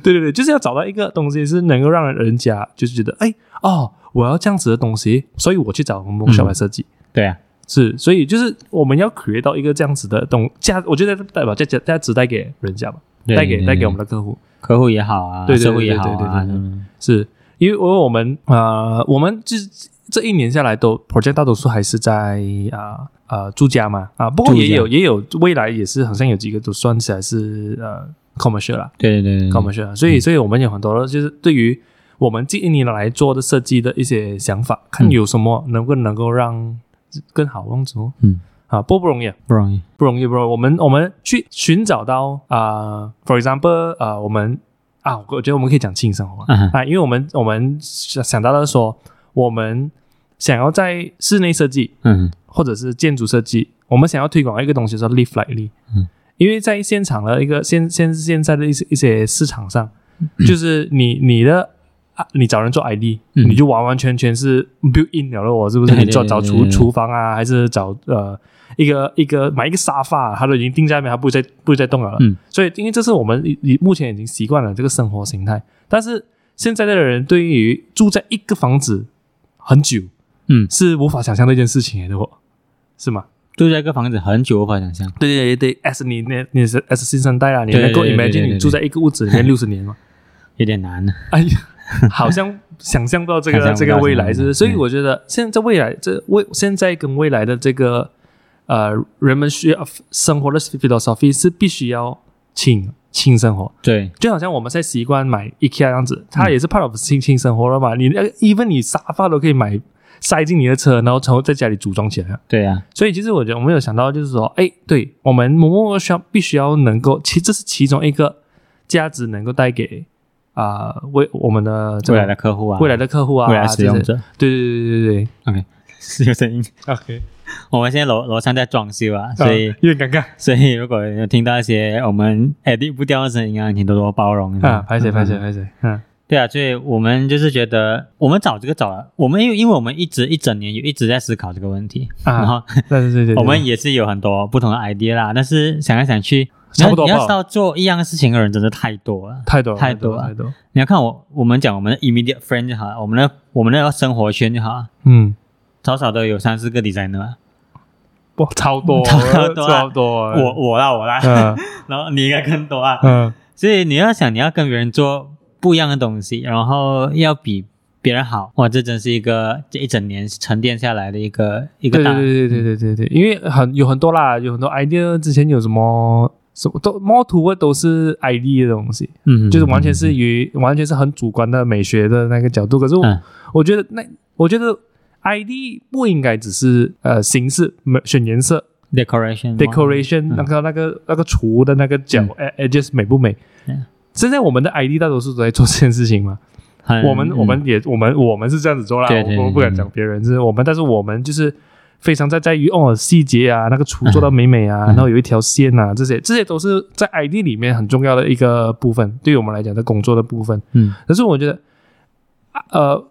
[SPEAKER 1] 对对对，就是要找到一个东西是能够让人家就是觉得，哎哦，我要这样子的东西，所以我去找梦小白设计。
[SPEAKER 2] 对啊，
[SPEAKER 1] 是，所以就是我们要 create 到一个这样子的东价，我觉得代表价价价值带给人家吧，
[SPEAKER 2] 对
[SPEAKER 1] 带给带给我们
[SPEAKER 2] 对
[SPEAKER 1] 的客户。
[SPEAKER 2] 客户也好啊，
[SPEAKER 1] 对对对
[SPEAKER 2] 社会也好
[SPEAKER 1] 对对
[SPEAKER 2] 啊
[SPEAKER 1] 对对，对
[SPEAKER 2] 嗯
[SPEAKER 1] 是因为因为我们呃，我们这这一年下来都 project 大多数还是在啊啊、住家嘛啊、不过
[SPEAKER 2] 住
[SPEAKER 1] 也
[SPEAKER 2] 家
[SPEAKER 1] 有也有未来也是好像有几个都算起来是呃 commercial 啦
[SPEAKER 2] 对对对对对，
[SPEAKER 1] commercial，啦所
[SPEAKER 2] 嗯
[SPEAKER 1] 以所以我们有很多的就是对于我们近一年来做的设计的一些想法，看
[SPEAKER 2] 嗯
[SPEAKER 1] 有什么能不能够让更好用途
[SPEAKER 2] 嗯，
[SPEAKER 1] 啊，不不容易啊、
[SPEAKER 2] 不容易，
[SPEAKER 1] 不容易，不容易。我们我们去寻找到啊、呃 f o r example，啊，我们啊，我觉得我们可以讲轻生活啊，
[SPEAKER 2] 嗯
[SPEAKER 1] 啊，因为我们我们想想到的说，我们想要在室内设计
[SPEAKER 2] 嗯
[SPEAKER 1] 或者是建筑设计，我们想要推广一个东西叫 live lightly，
[SPEAKER 2] 嗯，
[SPEAKER 1] 因为在现场的一个现现现在的一些一些市场上，就是你你的。啊，你找人做 ID，、
[SPEAKER 2] 嗯
[SPEAKER 1] 你就完完全全是 built in 了了，我是不是？
[SPEAKER 2] 对
[SPEAKER 1] 你找
[SPEAKER 2] 对对
[SPEAKER 1] 找
[SPEAKER 2] 对
[SPEAKER 1] 厨
[SPEAKER 2] 对
[SPEAKER 1] 厨房啊，还是找呃一个一个买一个沙发、啊，它都已经定在那边，它不会再不会再动了啦。
[SPEAKER 2] 嗯
[SPEAKER 1] 所以因为这是我们已已目前已经习惯了这个生活形态，但是现在的人对于住在一个房子很久
[SPEAKER 2] 嗯，
[SPEAKER 1] 是无法想象的一件事情来的哦，是吗？
[SPEAKER 2] 住在一个房子很久无法想象，
[SPEAKER 1] 对对对对，S 你那你是 S 新生代啊，你
[SPEAKER 2] 对对
[SPEAKER 1] 能够
[SPEAKER 2] 对对对
[SPEAKER 1] imagine
[SPEAKER 2] 对
[SPEAKER 1] 你住在一个屋子里 面六十年吗？
[SPEAKER 2] 有点难啊呢，
[SPEAKER 1] 哎 呀，好像想象不到这个
[SPEAKER 2] 想象不
[SPEAKER 1] 这
[SPEAKER 2] 到嗯
[SPEAKER 1] 个未来，是不是？所
[SPEAKER 2] 想象不到
[SPEAKER 1] 以我觉得现在未来这未现在跟未来的这个呃，人们需要生活的 philosophy 是必须要轻轻生活，
[SPEAKER 2] 对，
[SPEAKER 1] 就好像我们在习惯买 IKEA 这样子，它也是 part of 轻轻生活了嘛。你那个 even 你沙发都可以买塞进你的车，然后从在家里组装起来啊。
[SPEAKER 2] 对啊，
[SPEAKER 1] 所以其实我觉得我们有想到，就是说，哎，对我们某某某需要必须要能够，其这是其中一个价值能够带给啊、为我们的这
[SPEAKER 2] 未
[SPEAKER 1] 个
[SPEAKER 2] 来的客户啊，
[SPEAKER 1] 未来的客户啊，
[SPEAKER 2] 未来使用者
[SPEAKER 1] 这些，对对对对
[SPEAKER 2] ，OK，是 有声音。
[SPEAKER 1] 对，OK，
[SPEAKER 2] 我们现在楼楼上在装修啊，所以、
[SPEAKER 1] 有点尴尬
[SPEAKER 2] 所以如果有听到一些我们 edit 不掉的声音啊，请多多包容
[SPEAKER 1] 啊，拍谁拍谁
[SPEAKER 2] 嗯
[SPEAKER 1] 拍谁，嗯
[SPEAKER 2] 对啊，所以我们就是觉得我们找这个找了，我们因为因为我们一直一整年有一直在思考这个问题，然
[SPEAKER 1] 啊，
[SPEAKER 2] 后
[SPEAKER 1] 对对对对，对
[SPEAKER 2] 我们也是有很多不同的 idea 啦，但是想来想去，
[SPEAKER 1] 差不多
[SPEAKER 2] 你要你
[SPEAKER 1] 吧
[SPEAKER 2] 要知道做一样事情的人真的太多了。
[SPEAKER 1] 太多了
[SPEAKER 2] 太多啊了
[SPEAKER 1] 太多了，
[SPEAKER 2] 你要看我我们讲我们的 immediate friend 就好了，我们的我们的生活圈就好了，
[SPEAKER 1] 嗯，
[SPEAKER 2] 少少的有三四个 designer 啊。
[SPEAKER 1] 哇，超多
[SPEAKER 2] 超多啊
[SPEAKER 1] 超多，
[SPEAKER 2] 我我啦我啦，
[SPEAKER 1] 嗯
[SPEAKER 2] 然后你应该更多啊。
[SPEAKER 1] 嗯
[SPEAKER 2] 所以你要想，你要跟别人做不一样的东西，然后要比别人好，哇，这真是一个这一整年沉淀下来的一个一个
[SPEAKER 1] 对
[SPEAKER 2] 大，嗯
[SPEAKER 1] 对对对对对对，因为很有很多啦，有很多 idea，之前有什么什么都猫图都是 idea 的东西，
[SPEAKER 2] 嗯，
[SPEAKER 1] 就是完全是于完全是很主观的美学的那个角度。可是我、
[SPEAKER 2] 嗯
[SPEAKER 1] 我觉得那我觉得 ID 不应该只是呃形式美选颜色
[SPEAKER 2] 哦嗯 decoration 嗯
[SPEAKER 1] decoration、那个那个那个图的那个角、e d g e s 美不美。
[SPEAKER 2] 嗯
[SPEAKER 1] 现在我们的 ID 大多数都在做这件事情嘛，
[SPEAKER 2] 很
[SPEAKER 1] 我们我们也我们我们是这样子做啦，
[SPEAKER 2] 嗯对对
[SPEAKER 1] 我我
[SPEAKER 2] 对嗯
[SPEAKER 1] 不敢
[SPEAKER 2] 对
[SPEAKER 1] 讲别人，就是我们，但是我们就是非常在在于哦细节啊，那个图做到美美
[SPEAKER 2] 嗯
[SPEAKER 1] 啊，然后有一条线啊，这些这些都是在 ID 里面很重要的一个部分，对于我们来讲在工作的部分。
[SPEAKER 2] 嗯
[SPEAKER 1] 可是我觉得，啊呃，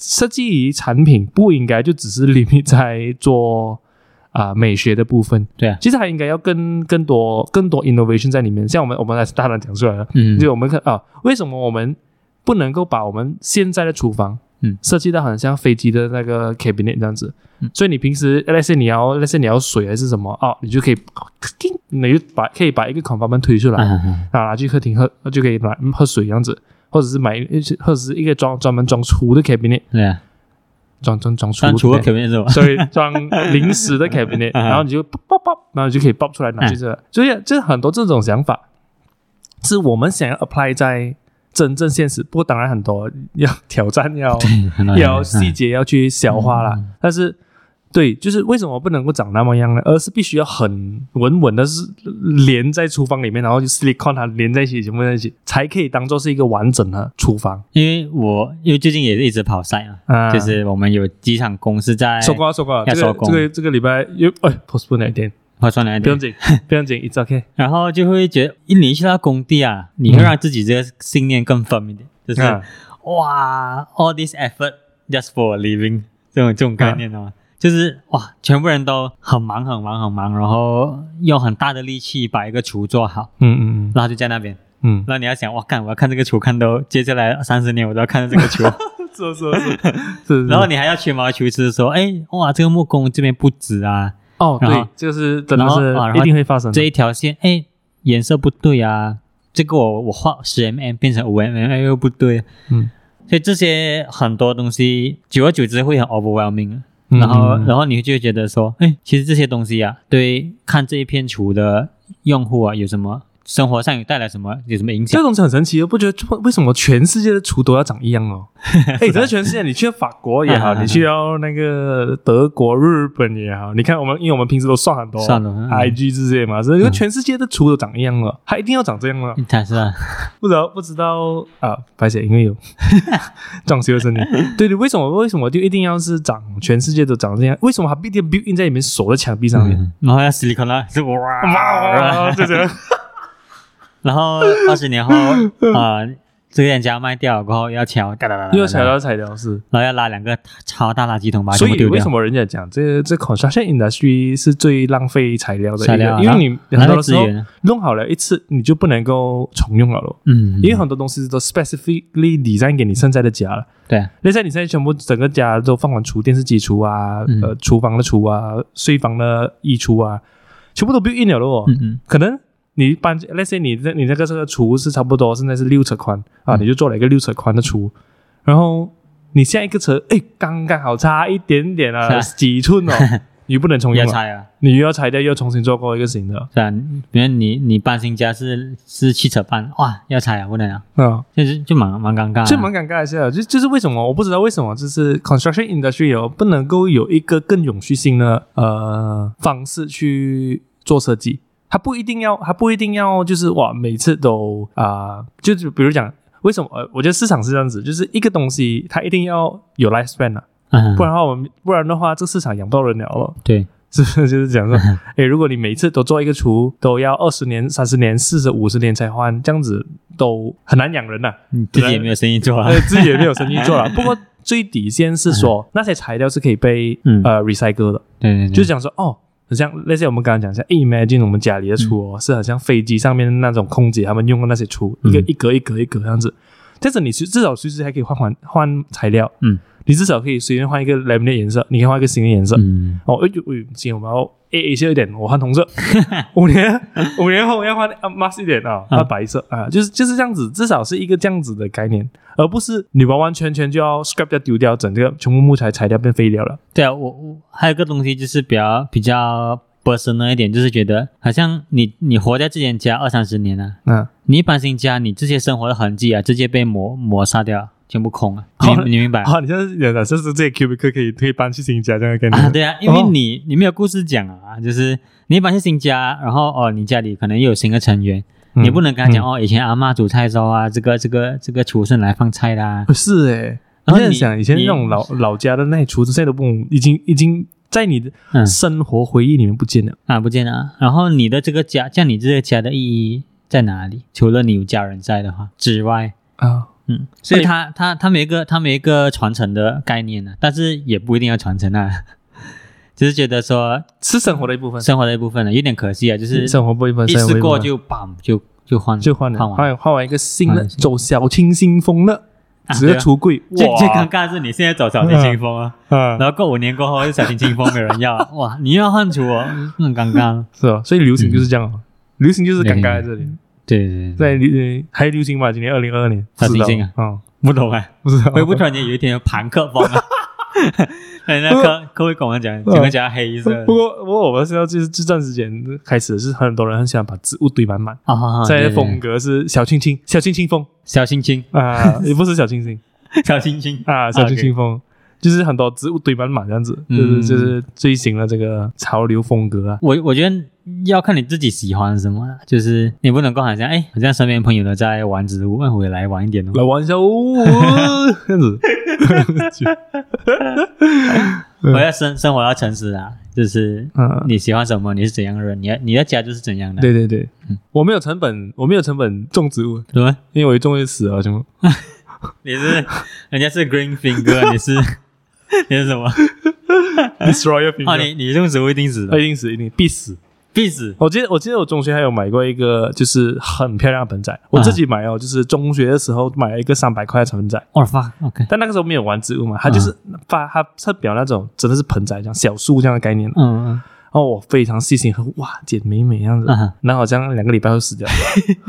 [SPEAKER 1] 设计产品不应该就只是 limit 在做啊、美学的部分，
[SPEAKER 2] 对啊
[SPEAKER 1] 其实还应该要更更多更多 innovation 在里面。像我们我们来大胆讲出来了，
[SPEAKER 2] 嗯
[SPEAKER 1] 就我们看啊，为什么我们不能够把我们现在的厨房，
[SPEAKER 2] 嗯
[SPEAKER 1] 设计到很像飞机的那个 cabinet 这样子？
[SPEAKER 2] 嗯
[SPEAKER 1] 所以你平时那些你要那些你要水还是什么哦，你就可以，你就把可以把一个 compartment 推出来，
[SPEAKER 2] 啊啊
[SPEAKER 1] 啊，拿去客厅喝就可以拿喝水这样子，或者是买一些或者是一个装专门装厨的 cabinet，
[SPEAKER 2] 对啊，
[SPEAKER 1] 装装装厨
[SPEAKER 2] 但除了
[SPEAKER 1] cabinet
[SPEAKER 2] K 面是吧？
[SPEAKER 1] 所以装零食的 cabinet，
[SPEAKER 2] 啊哈
[SPEAKER 1] 然后你就爆爆爆，然后你就可以爆出来拿去这个，所以就是很多这种想法，是我们想要 apply 在真正现实。不过当然很多要挑战，要
[SPEAKER 2] 很嗯多人
[SPEAKER 1] 要细节要去消化啦。但是对，就是为什么不能够长那么样呢？而是必须要很稳稳的是连在厨房里面，然后就 silicon 它连在一起，全部在一起，才可以当做是一个完整的厨房
[SPEAKER 2] 因为我因为最近也是一直跑赛嘛，
[SPEAKER 1] 啊。
[SPEAKER 2] 就是我们有几场公司在
[SPEAKER 1] 收工了，收工了。
[SPEAKER 2] 要
[SPEAKER 1] 这个
[SPEAKER 2] 收工
[SPEAKER 1] 这个这个礼拜又哎 postpone 了一天。
[SPEAKER 2] 划算了一
[SPEAKER 1] 不
[SPEAKER 2] 点
[SPEAKER 1] 用，紧，不用紧，it's okay。
[SPEAKER 2] 然后就会觉得一年去到工地啊，你会让自己这个信念更 firm 一点，就是、
[SPEAKER 1] 啊
[SPEAKER 2] 哇，all this effort just for a living 这种这种概念的
[SPEAKER 1] 啊
[SPEAKER 2] 嘛，就是哇，全部人都很忙很忙很忙，然后用很大的力气把一个厨做好，
[SPEAKER 1] 嗯嗯
[SPEAKER 2] 然后就在那边，
[SPEAKER 1] 嗯
[SPEAKER 2] 然后你要想哇，干我要看这个厨看到接下来三十年我都要看到这个厨，
[SPEAKER 1] 嗯，是是 是是。
[SPEAKER 2] 然后你还要吹毛求疵说，哎哇，这个木工这边不直啊，
[SPEAKER 1] 哦，
[SPEAKER 2] 然
[SPEAKER 1] 对
[SPEAKER 2] 后，
[SPEAKER 1] 这个是真的
[SPEAKER 2] 然后啊然
[SPEAKER 1] 是一
[SPEAKER 2] 后
[SPEAKER 1] 定会发生的
[SPEAKER 2] 这。一条线，哎，颜色不对啊，这个我我画十 mm 变成五 mm 又不对，
[SPEAKER 1] 嗯，
[SPEAKER 2] 所以这些很多东西，久而久之会很 overwhelming，、
[SPEAKER 1] 嗯
[SPEAKER 2] 然后
[SPEAKER 1] 嗯
[SPEAKER 2] 然后你就会觉得说，哎，其实这些东西啊，对看这一片图的用户啊，有什么生活上有带来什么有什么影
[SPEAKER 1] 这
[SPEAKER 2] 响？
[SPEAKER 1] 个东西很神奇，不觉得为什么全世界的厨都要长一样 哦？哎，真的全世界，你去法国也好，
[SPEAKER 2] 啊
[SPEAKER 1] 你去到那个德国、日本也好，你看我们，因为我们平时都算很多
[SPEAKER 2] 算了嗯
[SPEAKER 1] IG 这些嘛，所以全世界的厨都长一样了，它一定要长这样了。
[SPEAKER 2] 它是啊，
[SPEAKER 1] 不知道不知道啊，白姐，因为 有装修的声音。对对，为什么为什么就一定要是长全世界都长这样？为什么它必定 built in 在里面锁在墙壁上面？
[SPEAKER 2] 嗯然后要 silicon 啦，是哇，
[SPEAKER 1] 哇，这这
[SPEAKER 2] 啊然后二十年后啊、呃这个人家卖掉了过后要敲，哒哒哒哒哒
[SPEAKER 1] 又踩到踩到是。
[SPEAKER 2] 然后要拉两个超大垃圾桶把它
[SPEAKER 1] 所
[SPEAKER 2] 全部
[SPEAKER 1] 以
[SPEAKER 2] 丢
[SPEAKER 1] 为
[SPEAKER 2] 掉
[SPEAKER 1] 什。么人家讲这这 construction industry 是最浪费材料的一
[SPEAKER 2] 材料
[SPEAKER 1] 个？
[SPEAKER 2] 啊
[SPEAKER 1] 因为你很
[SPEAKER 2] 然
[SPEAKER 1] 多
[SPEAKER 2] 后
[SPEAKER 1] 的
[SPEAKER 2] 资
[SPEAKER 1] 时候
[SPEAKER 2] 源，
[SPEAKER 1] 弄好了一次，你就不能够重用了咯。
[SPEAKER 2] 嗯，
[SPEAKER 1] 因为很多东西都 specifically design 给你现在的家了。
[SPEAKER 2] 对啊，
[SPEAKER 1] 那像你现在全部整个家都放完厨，电视机厨啊，
[SPEAKER 2] 嗯
[SPEAKER 1] 呃，厨房的厨啊，睡房的衣橱啊，全部都 built in 了咯。
[SPEAKER 2] 嗯嗯
[SPEAKER 1] 可能你搬，那些你那你那个这个厨是差不多现在是六尺宽啊，
[SPEAKER 2] 嗯
[SPEAKER 1] 你就做了一个六尺宽的厨，然后你下一个车，哎，刚刚好差一点点
[SPEAKER 2] 是 啊
[SPEAKER 1] 啊，几寸哦，你不能重
[SPEAKER 2] 要
[SPEAKER 1] 用了，
[SPEAKER 2] 拆啊，
[SPEAKER 1] 你又要拆掉，又要重新做过一个新的
[SPEAKER 2] 对啊，比如你你搬新家是是汽车搬，哇，要拆啊，不能啊，
[SPEAKER 1] 啊。
[SPEAKER 2] 就是就蛮蛮尴尬、啊，
[SPEAKER 1] 这蛮尴尬一下，就就是为什么我不知道为什么就是 construction industry 哦不能够有一个更永续性的呃方式去做设计，它不一定要它不一定要就是哇每次都啊、就是比如讲为什么呃我觉得市场是这样子，就是一个东西它一定要有 lifespan 啊，
[SPEAKER 2] 嗯，
[SPEAKER 1] 不然的话我们不然的话这市场养不到人了了。
[SPEAKER 2] 对，
[SPEAKER 1] 是不是就是讲说，
[SPEAKER 2] 嗯
[SPEAKER 1] 诶，如果你每次都做一个厨，都要二十年、三十年、四十、五十年才换，这样子都很难养人啊呐、
[SPEAKER 2] 你自己也没有生意做啊
[SPEAKER 1] 呃，，自己也没有生意 做了。不过最底线是说，那些材料是可以被、
[SPEAKER 2] 嗯
[SPEAKER 1] 呃 recycle 的，
[SPEAKER 2] 对对对，
[SPEAKER 1] 就是讲说哦。很像类似我们刚刚讲一下，imagine 我们家里的厨哦，是很像飞机上面那种空姐他们用的那些厨，一个
[SPEAKER 2] 嗯嗯
[SPEAKER 1] 一格一格一格这样子。但是你是至少随时还可以换换换材料，
[SPEAKER 2] 嗯，
[SPEAKER 1] 你至少可以随便换一个 laminate 颜色，你可以换一个新的颜色。
[SPEAKER 2] 嗯，
[SPEAKER 1] 哦，哎呦，哎呦，行，我们要 A A 色一点，我换红 色。五年五年后要换啊 mask 一点啊，
[SPEAKER 2] 啊
[SPEAKER 1] 换白色啊，就是就是这样子，至少是一个这样子的概念，而不是你完完全全就要 scrap 掉丢掉，整个全部木材材料变废料了。
[SPEAKER 2] 对啊，我我还有一个东西就是比较比较 personal 一点，就是觉得好像你你活在这间家二三十年了、啊，
[SPEAKER 1] 嗯，
[SPEAKER 2] 你一搬新家，你这些生活的痕迹啊，直接被抹抹杀掉，全部空啊，你
[SPEAKER 1] 好
[SPEAKER 2] 你明白？
[SPEAKER 1] 啊，你现在讲的就是这个 cubicle 可以可以搬去新家这样的概
[SPEAKER 2] 啊，
[SPEAKER 1] 念。
[SPEAKER 2] 对啊，因为
[SPEAKER 1] 哦
[SPEAKER 2] 你、你没有故事讲啊，就是你搬去新家，然后哦，你家里可能又有新的成员，
[SPEAKER 1] 嗯
[SPEAKER 2] 你不能跟他讲、哦，以前阿嬷煮菜的时候啊，这个这个这个厨是拿来放菜的、啊，
[SPEAKER 1] 不是诶、你
[SPEAKER 2] 然后
[SPEAKER 1] 在
[SPEAKER 2] 你
[SPEAKER 1] 想以前那种
[SPEAKER 2] 你
[SPEAKER 1] 老老家的那些厨子，现在都不懂，已经已经在你的
[SPEAKER 2] 嗯
[SPEAKER 1] 生活回忆里面不见了。
[SPEAKER 2] 啊，不见了 啊。然后你的这个家，像你这个家的意义在哪里？除了你有家人在的话之外，
[SPEAKER 1] 啊，
[SPEAKER 2] 嗯，所以
[SPEAKER 1] 对
[SPEAKER 2] 他他他没一个他没一个传承的概念呢、但是也不一定要传承啊， 只是觉得说
[SPEAKER 1] 是生活的一部分，
[SPEAKER 2] 生活的一部分了，有点可惜啊，就是
[SPEAKER 1] 生活不一部分，
[SPEAKER 2] 一
[SPEAKER 1] 生活
[SPEAKER 2] 次
[SPEAKER 1] 不
[SPEAKER 2] 过
[SPEAKER 1] 一部分
[SPEAKER 2] 就砰就就换
[SPEAKER 1] 就换了，哎
[SPEAKER 2] 换
[SPEAKER 1] 换
[SPEAKER 2] 完了
[SPEAKER 1] 完换完一个新
[SPEAKER 2] 换
[SPEAKER 1] 的，
[SPEAKER 2] 了新
[SPEAKER 1] 走小清新风了，
[SPEAKER 2] 啊
[SPEAKER 1] 直
[SPEAKER 2] 对
[SPEAKER 1] 接
[SPEAKER 2] 啊
[SPEAKER 1] 出柜，
[SPEAKER 2] 最最尴
[SPEAKER 1] 哇，
[SPEAKER 2] 尬的是你现在走小清新风啊，
[SPEAKER 1] 啊，
[SPEAKER 2] 然后过五年过后，小清新风没有人 要啊，哇，你又要换出我，嗯很尴尬。
[SPEAKER 1] 是吧？所以流行就是这样哦，流行就是尴尬在这里，
[SPEAKER 2] 嗯对对
[SPEAKER 1] 在
[SPEAKER 2] 对，
[SPEAKER 1] 流呃还流行嘛？今年二零二二年，
[SPEAKER 2] 小清新啊
[SPEAKER 1] 啊，嗯
[SPEAKER 2] 不懂哎，
[SPEAKER 1] 不知道，
[SPEAKER 2] 会不会突然间有一天有朋克风 啊？哎人家科科会跟我们讲，整个家黑色。
[SPEAKER 1] 不过，不过我们是要就是这段时间开始是很多人很喜欢把植物堆满满，
[SPEAKER 2] 啊啊，啊
[SPEAKER 1] 在
[SPEAKER 2] 对对
[SPEAKER 1] 风格是小清新，小清新风
[SPEAKER 2] 小清新，
[SPEAKER 1] 啊， 也不是小清新
[SPEAKER 2] 小清新
[SPEAKER 1] 啊，小清新风。就是很多植物堆满满这样子，就是
[SPEAKER 2] 嗯
[SPEAKER 1] 就是最新的这个潮流风格啊，
[SPEAKER 2] 我我觉得要看你自己喜欢什么啦，啊就是你不能够好像哎，好像身边朋友都在玩植物，哎，我也来玩一点哦。
[SPEAKER 1] 来玩一下哦， 这样子。
[SPEAKER 2] 我要生生活要诚实啊，就是
[SPEAKER 1] 嗯
[SPEAKER 2] 你喜欢什么，你是怎样的人，你的你的家就是怎样的，
[SPEAKER 1] 对对对，
[SPEAKER 2] 嗯
[SPEAKER 1] 我没有成本，我没有成本种植物，
[SPEAKER 2] 对吗？
[SPEAKER 1] 因为我一种会死啊，全部。
[SPEAKER 2] 你是人家是 green finger，你是 你是什 么？
[SPEAKER 1] Destroy your
[SPEAKER 2] 哦，
[SPEAKER 1] finger，
[SPEAKER 2] 你你种植物一定死的，
[SPEAKER 1] 一定死，一定必死。
[SPEAKER 2] 必死。
[SPEAKER 1] 我记得，我记得我中学还有买过一个，就是很漂亮的盆栽，我
[SPEAKER 2] 嗯
[SPEAKER 1] 自己买哦，就是中学的时候买了一个三百块的盆栽，
[SPEAKER 2] 我 fuck，OK，
[SPEAKER 1] 但那个时候没有玩植物嘛，它就是
[SPEAKER 2] 嗯
[SPEAKER 1] 发它它表那种真的是盆栽这样小树这样的概念，然
[SPEAKER 2] 嗯嗯
[SPEAKER 1] 后我非常细心呵护，哇，剪美美这样子
[SPEAKER 2] 嗯哼，
[SPEAKER 1] 然后好像两个礼拜会死 掉，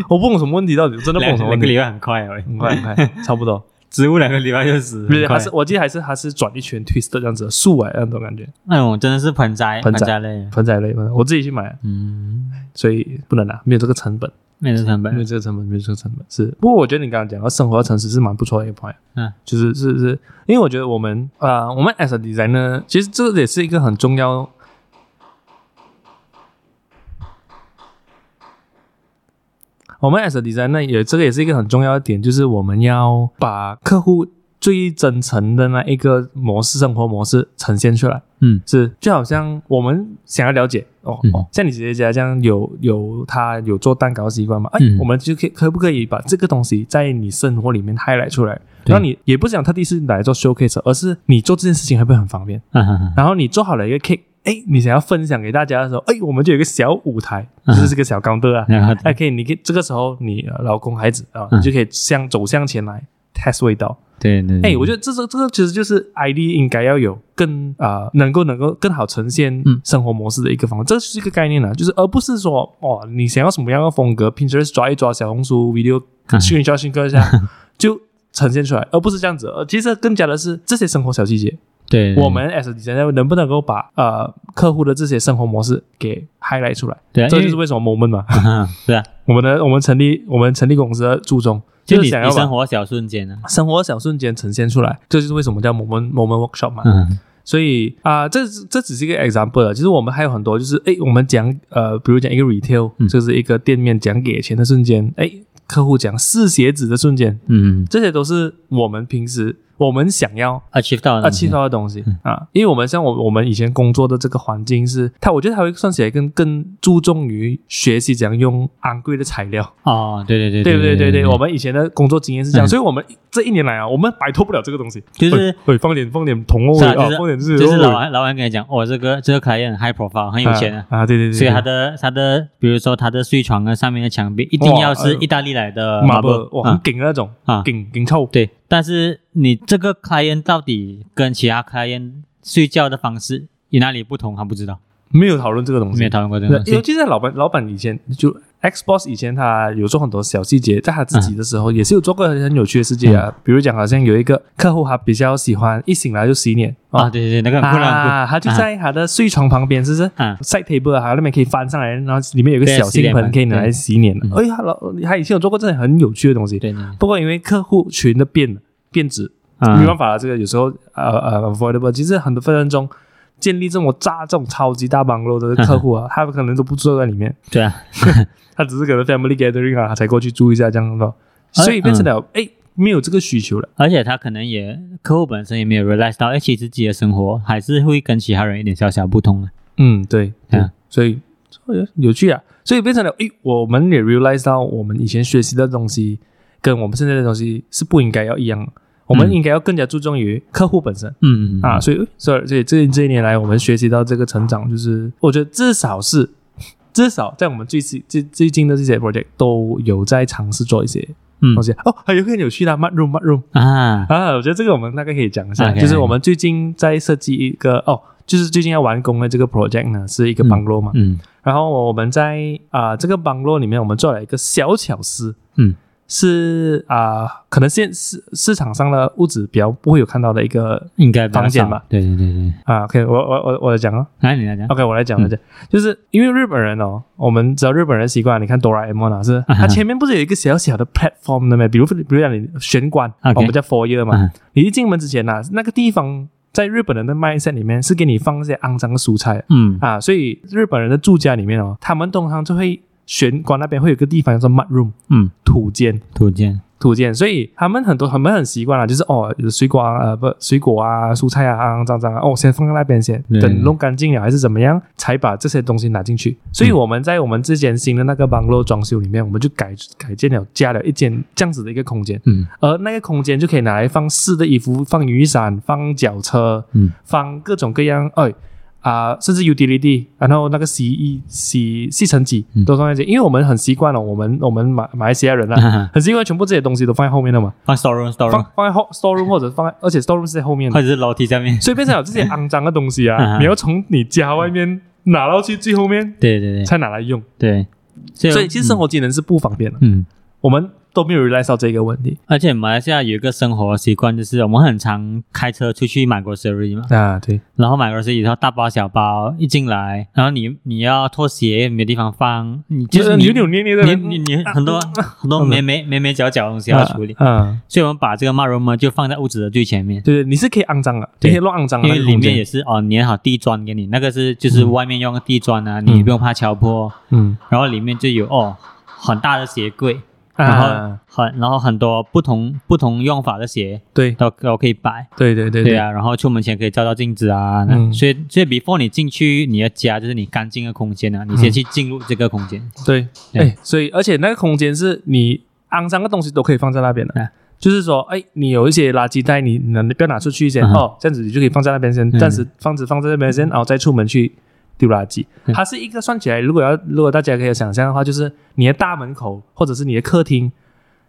[SPEAKER 1] 我不懂什么问题到底，真的不懂
[SPEAKER 2] 两
[SPEAKER 1] 什么
[SPEAKER 2] 两
[SPEAKER 1] 问
[SPEAKER 2] 个
[SPEAKER 1] 题
[SPEAKER 2] 礼，拜很快哦，
[SPEAKER 1] 很快很快，差不多，
[SPEAKER 2] 植物两个礼拜就死，
[SPEAKER 1] 不是，
[SPEAKER 2] 很快
[SPEAKER 1] 它是我记得还是它是转一圈 twist 这样子的树啊那种感觉，
[SPEAKER 2] 那种真的是盆栽
[SPEAKER 1] 盆栽
[SPEAKER 2] 栽类，
[SPEAKER 1] 盆栽类，我自己去买，
[SPEAKER 2] 嗯，
[SPEAKER 1] 所以不能拿，没有这个成本。
[SPEAKER 2] 没有成
[SPEAKER 1] 没有
[SPEAKER 2] 本，
[SPEAKER 1] 这个成本，没有这个成本是。不过我觉得你刚刚讲到生活的城市是蛮不错的一个 point，
[SPEAKER 2] 嗯，
[SPEAKER 1] 就是是是，因为我觉得我们啊、呃我们 as a designer，其实这也是一个很重要。我们 as a designer 也这个也是一个很重要的点，就是我们要把客户最真诚的那一个模式生活模式呈现出来。
[SPEAKER 2] 嗯
[SPEAKER 1] 是，就好像我们想要了解哦、
[SPEAKER 2] 嗯
[SPEAKER 1] 哦，像你姐姐家这样有有她有做蛋糕习惯嘛？哎，
[SPEAKER 2] 嗯
[SPEAKER 1] 我们就可以可不可以把这个东西在你生活里面 highlight 出来？
[SPEAKER 2] 对
[SPEAKER 1] 然后你也不想特地是来做 showcase，而是你做这件事情会不会很方便？
[SPEAKER 2] 啊哈哈，
[SPEAKER 1] 然后你做好了一个 cake，哎，你想要分享给大家的时候，哎，我们就有一个小舞台，
[SPEAKER 2] 嗯
[SPEAKER 1] 就是这个小高的啊，
[SPEAKER 2] 然后
[SPEAKER 1] 哎，可以，你可以这个时候你呃老公孩子啊，
[SPEAKER 2] 嗯
[SPEAKER 1] 你就可以向走向前来 test 味道。
[SPEAKER 2] 对对，
[SPEAKER 1] 哎、我觉得这是这个其实就是 ID 应该要有更啊、呃能够能够更好呈现
[SPEAKER 2] 嗯
[SPEAKER 1] 生活模式的一个方法，这就是一个概念了，就是而不是说哦，你想要什么样的风格，Pinterest 抓一抓，小红书 video
[SPEAKER 2] 嗯
[SPEAKER 1] 训一下训一 下就呈现出来，而不是这样子。呃，其实更加的是这些生活小细节，
[SPEAKER 2] 对，对
[SPEAKER 1] 我们 as a designer 能不能够把呃客户的这些生活模式给 highlight 出来，
[SPEAKER 2] 对啊，
[SPEAKER 1] 这
[SPEAKER 2] 因
[SPEAKER 1] 就
[SPEAKER 2] 为
[SPEAKER 1] 是为什么 moment 嘛，
[SPEAKER 2] 啊哈哈对啊，
[SPEAKER 1] 我们的我们成立我们成立公司的初衷
[SPEAKER 2] 就
[SPEAKER 1] 就
[SPEAKER 2] 你
[SPEAKER 1] 是想要
[SPEAKER 2] 你
[SPEAKER 1] 把
[SPEAKER 2] 生活小瞬间啊，
[SPEAKER 1] 生活小瞬间呈现出来，这就是为什么叫 moment moment workshop 嘛。
[SPEAKER 2] 嗯
[SPEAKER 1] 所以啊、这这只是一个 example 了。其实我们还有很多，就是诶，我们讲呃，比如讲一个 retail，、
[SPEAKER 2] 嗯
[SPEAKER 1] 就是一个店面讲给钱的瞬间，诶，客户讲试鞋子的瞬间，
[SPEAKER 2] 嗯
[SPEAKER 1] 这些都是我们平时我们想要。
[SPEAKER 2] ，achieve 到了
[SPEAKER 1] 啊，气到的东
[SPEAKER 2] 嗯
[SPEAKER 1] 西啊，因为我们像我我们以前工作的这个环境是，它我觉得它会算起来更更注重于学习怎样用昂贵的材料，
[SPEAKER 2] 哦，对对对
[SPEAKER 1] 对不对？
[SPEAKER 2] 对
[SPEAKER 1] 对对，我
[SPEAKER 2] 我
[SPEAKER 1] 们以前的工作经验是这样，
[SPEAKER 2] 嗯
[SPEAKER 1] 所以我们这一年来啊，我们摆脱不了这个东西，
[SPEAKER 2] 就是
[SPEAKER 1] 会放点放点铜哦，
[SPEAKER 2] 是啊
[SPEAKER 1] 啊
[SPEAKER 2] 就是
[SPEAKER 1] 放点这些
[SPEAKER 2] 就
[SPEAKER 1] 哦
[SPEAKER 2] 是老王老王跟你讲，哦我这个这个 client high profile 很有钱啊。
[SPEAKER 1] 啊，对对对，
[SPEAKER 2] 所以
[SPEAKER 1] 对
[SPEAKER 2] 他的他的，比如说他的睡床啊，上面的墙壁一定要
[SPEAKER 1] 哎
[SPEAKER 2] 是意大利来的
[SPEAKER 1] marble 哇，
[SPEAKER 2] 啊
[SPEAKER 1] 很紧的那种
[SPEAKER 2] 啊
[SPEAKER 1] 紧紧凑，
[SPEAKER 2] 对，但是你这个 client 到底跟其他 client 睡觉的方式有哪里不同，还不知道，
[SPEAKER 1] 没有讨论这个东
[SPEAKER 2] 没
[SPEAKER 1] 西
[SPEAKER 2] 有。讨论过这个
[SPEAKER 1] 对
[SPEAKER 2] 东
[SPEAKER 1] 尤
[SPEAKER 2] 西。
[SPEAKER 1] 其在老板老板以前就 Xbox 以前他有做很多小细节，在他自己的时候也是有做过很有趣的事情
[SPEAKER 2] 嗯
[SPEAKER 1] 啊，比如讲好像有一个客户他比较喜欢一醒来就洗脸
[SPEAKER 2] 啊，。对对对，那个很困难，很
[SPEAKER 1] 啊，他就在他的睡床旁边，是不是？
[SPEAKER 2] 啊
[SPEAKER 1] side table 啊，那边可以翻上来，然后里面有一个
[SPEAKER 2] 对啊
[SPEAKER 1] 小
[SPEAKER 2] 洗
[SPEAKER 1] 金
[SPEAKER 2] 脸
[SPEAKER 1] 盆
[SPEAKER 2] 盆
[SPEAKER 1] 可以拿来
[SPEAKER 2] 对嗯
[SPEAKER 1] 洗脸。哎呀，老他以前有做过这种很有趣的东西，
[SPEAKER 2] 困难
[SPEAKER 1] 不过因为客户群的变变质，
[SPEAKER 2] 对，
[SPEAKER 1] 没办法了，这个有时候呃呃 avoidable。其实很多分分钟建立这么炸这种超级大网络的客户
[SPEAKER 2] 嗯
[SPEAKER 1] 啊，他们可能都不住在里面，
[SPEAKER 2] 对啊，嗯
[SPEAKER 1] 他只是可能 family gathering 啊他才过去住一下这样的，所以变成了哎、没有这个需求了。
[SPEAKER 2] 而且他可能也客户本身也没有 realize 到，哎，其实自己的生活还是会跟其他人一点小小不同的。
[SPEAKER 1] 嗯，对，对
[SPEAKER 2] 嗯
[SPEAKER 1] 所以有有趣啊，所以变成了，诶，我们也 realize 到我们以前学习的东西跟我们现在的东西是不应该要一样的，我们
[SPEAKER 2] 嗯
[SPEAKER 1] 应该要更加注重于客户本身。
[SPEAKER 2] 嗯
[SPEAKER 1] 啊，，所以所以所以这这一年来，我们学习到这个成长，就是我觉得至少是 至少在我们最近最最近的这些 project 都有在尝试做一些
[SPEAKER 2] 嗯
[SPEAKER 1] 东西、哦，还有一个很有趣的 mud room mud room
[SPEAKER 2] 啊，
[SPEAKER 1] 啊，我觉得这个我们大概可以讲一下
[SPEAKER 2] OK
[SPEAKER 1] 就是我们最近在设计一个哦，就是最近要完工的这个 project 呢是一个
[SPEAKER 2] 嗯
[SPEAKER 1] bungalow 嘛，
[SPEAKER 2] 嗯
[SPEAKER 1] 然后我们在啊、这个 bungalow 里面，我们做了一个小巧思，
[SPEAKER 2] 嗯。
[SPEAKER 1] 是啊、可能现市市场上的物质比较不会有看到的一个
[SPEAKER 2] 应该比较
[SPEAKER 1] 房间
[SPEAKER 2] 少
[SPEAKER 1] 吧？
[SPEAKER 2] 对对对对，
[SPEAKER 1] 啊，OK，我我我我来讲啊
[SPEAKER 2] 来你来讲。
[SPEAKER 1] ，OK，我来讲我
[SPEAKER 2] 嗯
[SPEAKER 1] 来讲，就是因为日本人哦，我们知道日本人习惯，你看哆啦 A 梦啊，是
[SPEAKER 2] 啊哈
[SPEAKER 1] 它前面不是有一个小小的 platform 的吗？比如比如讲你玄关，哦
[SPEAKER 2] OK
[SPEAKER 1] 我们叫 foyer
[SPEAKER 2] 啊
[SPEAKER 1] 嘛
[SPEAKER 2] 哈，
[SPEAKER 1] 你一进门之前呐、那个地方在日本人的 mindset 里面是给你放一些肮脏的蔬菜
[SPEAKER 2] 嗯
[SPEAKER 1] 啊，所以日本人的住家里面哦，他们通常就会玄关那边会有一个地方叫做 mud room
[SPEAKER 2] 嗯，
[SPEAKER 1] 土间。
[SPEAKER 2] 土建，
[SPEAKER 1] 土建，所以他们很多他们很习惯了，就是哦，有水果啊，呃，不，水果啊，蔬菜啊，肮肮脏脏啊，哦，先放在那边先，
[SPEAKER 2] 对
[SPEAKER 1] 等弄干净了还是怎么样，才把这些东西拿进去。所以我们在我们之前新的那个 bungalow 装修里面，我们就改改建了，加了一间这样子的一个空间，
[SPEAKER 2] 嗯
[SPEAKER 1] 而呃那个空间就可以拿来放湿的衣服、放雨伞、放脚车、
[SPEAKER 2] 嗯
[SPEAKER 1] 放各种各样，哎。啊、甚至 utility，然后那个洗衣洗吸尘机
[SPEAKER 2] 嗯
[SPEAKER 1] 都放在这，因为我们很习惯了，哦我们我们马马来西亚人啦、
[SPEAKER 2] 啊，
[SPEAKER 1] 很是因为全部这些东西都放在后面了嘛，
[SPEAKER 2] 放 store room store
[SPEAKER 1] 放
[SPEAKER 2] room，
[SPEAKER 1] 放在后 store room 或者放在，而且 store room 是在后面的
[SPEAKER 2] 或，者是楼梯下面。
[SPEAKER 1] 所以变成有这些肮脏的东西
[SPEAKER 2] 啊
[SPEAKER 1] 啊，你要从你家外面拿到去最后面
[SPEAKER 2] 对对对
[SPEAKER 1] 才拿来用，
[SPEAKER 2] 嗯对，所嗯
[SPEAKER 1] 所以其实生活技能是不方便的，
[SPEAKER 2] 嗯，嗯
[SPEAKER 1] 我们都没有 realize 到这个问题
[SPEAKER 2] 而且马来西亚有一个生活习惯，就是我们很常开车出去买 grocery 嘛，
[SPEAKER 1] 啊，对，
[SPEAKER 2] 然后买 grocery 以后大包小包一进来，然后你你要脱鞋没地方放，你
[SPEAKER 1] 就
[SPEAKER 2] 就是是
[SPEAKER 1] 扭扭捏捏的
[SPEAKER 2] 你
[SPEAKER 1] 人，
[SPEAKER 2] 你你很多很多眉眉眉眉角角的东西
[SPEAKER 1] 啊
[SPEAKER 2] 要处理，
[SPEAKER 1] 啊，
[SPEAKER 2] 所以我们把这个 m a r o m 就放在屋子的最前面，
[SPEAKER 1] 对对，你是可以肮脏的，你
[SPEAKER 2] 对
[SPEAKER 1] 可以乱肮脏的
[SPEAKER 2] 因
[SPEAKER 1] 那
[SPEAKER 2] 为
[SPEAKER 1] 个
[SPEAKER 2] 里
[SPEAKER 1] 空
[SPEAKER 2] 面
[SPEAKER 1] 间
[SPEAKER 2] 也，是哦粘好地砖给你，那个是就是外面用的地砖啊，你不用怕敲破，
[SPEAKER 1] 嗯
[SPEAKER 2] 然后里面就有哦很大的鞋柜，然后
[SPEAKER 1] 啊，
[SPEAKER 2] 很然后很多不同不同用法的鞋
[SPEAKER 1] 对
[SPEAKER 2] 都都可以摆，
[SPEAKER 1] 对对对
[SPEAKER 2] 对，啊，然后出门前可以照照镜子啊，那
[SPEAKER 1] 嗯
[SPEAKER 2] 所以所以 before 你进去你的家就是你干净的空间
[SPEAKER 1] 嗯
[SPEAKER 2] 啊，你先去进入这个空间，
[SPEAKER 1] 对，
[SPEAKER 2] 对
[SPEAKER 1] 哎，所以而且那个空间是你肮脏的东西都可以放在那边的。
[SPEAKER 2] 啊
[SPEAKER 1] 就是说，哎，你有一些垃圾袋，你能不要拿出去先、
[SPEAKER 2] 嗯哼
[SPEAKER 1] 哦，这样子你就可以放在那边先，
[SPEAKER 2] 嗯
[SPEAKER 1] 暂时放着放在那边先，然哦后再出门去丢垃圾。
[SPEAKER 2] 嗯
[SPEAKER 1] 它是一个算起来，如果要如果大家可以想象的话，就是你的大门口或者是你的客厅，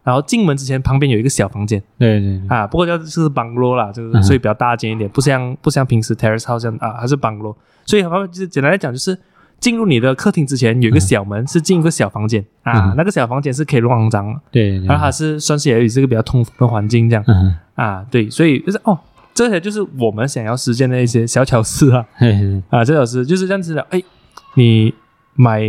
[SPEAKER 1] 然后进门之前旁边有一个小房间
[SPEAKER 2] 对对对，
[SPEAKER 1] 啊，不过叫就是 bungalow 啦，就是、
[SPEAKER 2] 嗯哼
[SPEAKER 1] 所以比较大间一点，不像不像平时 terrace house 这样啊，它是 bungalow，所以好像就是简单来讲就是。进入你的客厅之前，有一个小门、是进一个小房间啊，
[SPEAKER 2] 嗯
[SPEAKER 1] 那个小房间是可以乱肮脏的，
[SPEAKER 2] 对对
[SPEAKER 1] 然后它
[SPEAKER 2] 对，
[SPEAKER 1] 是算是也是一个比较通风的环境这样
[SPEAKER 2] 嗯，
[SPEAKER 1] 啊，对，所以就是哦，这些就是我们想要实践的一些小巧思啊
[SPEAKER 2] 嘿嘿嘿
[SPEAKER 1] 啊，小巧思就是这样子的，哎，你买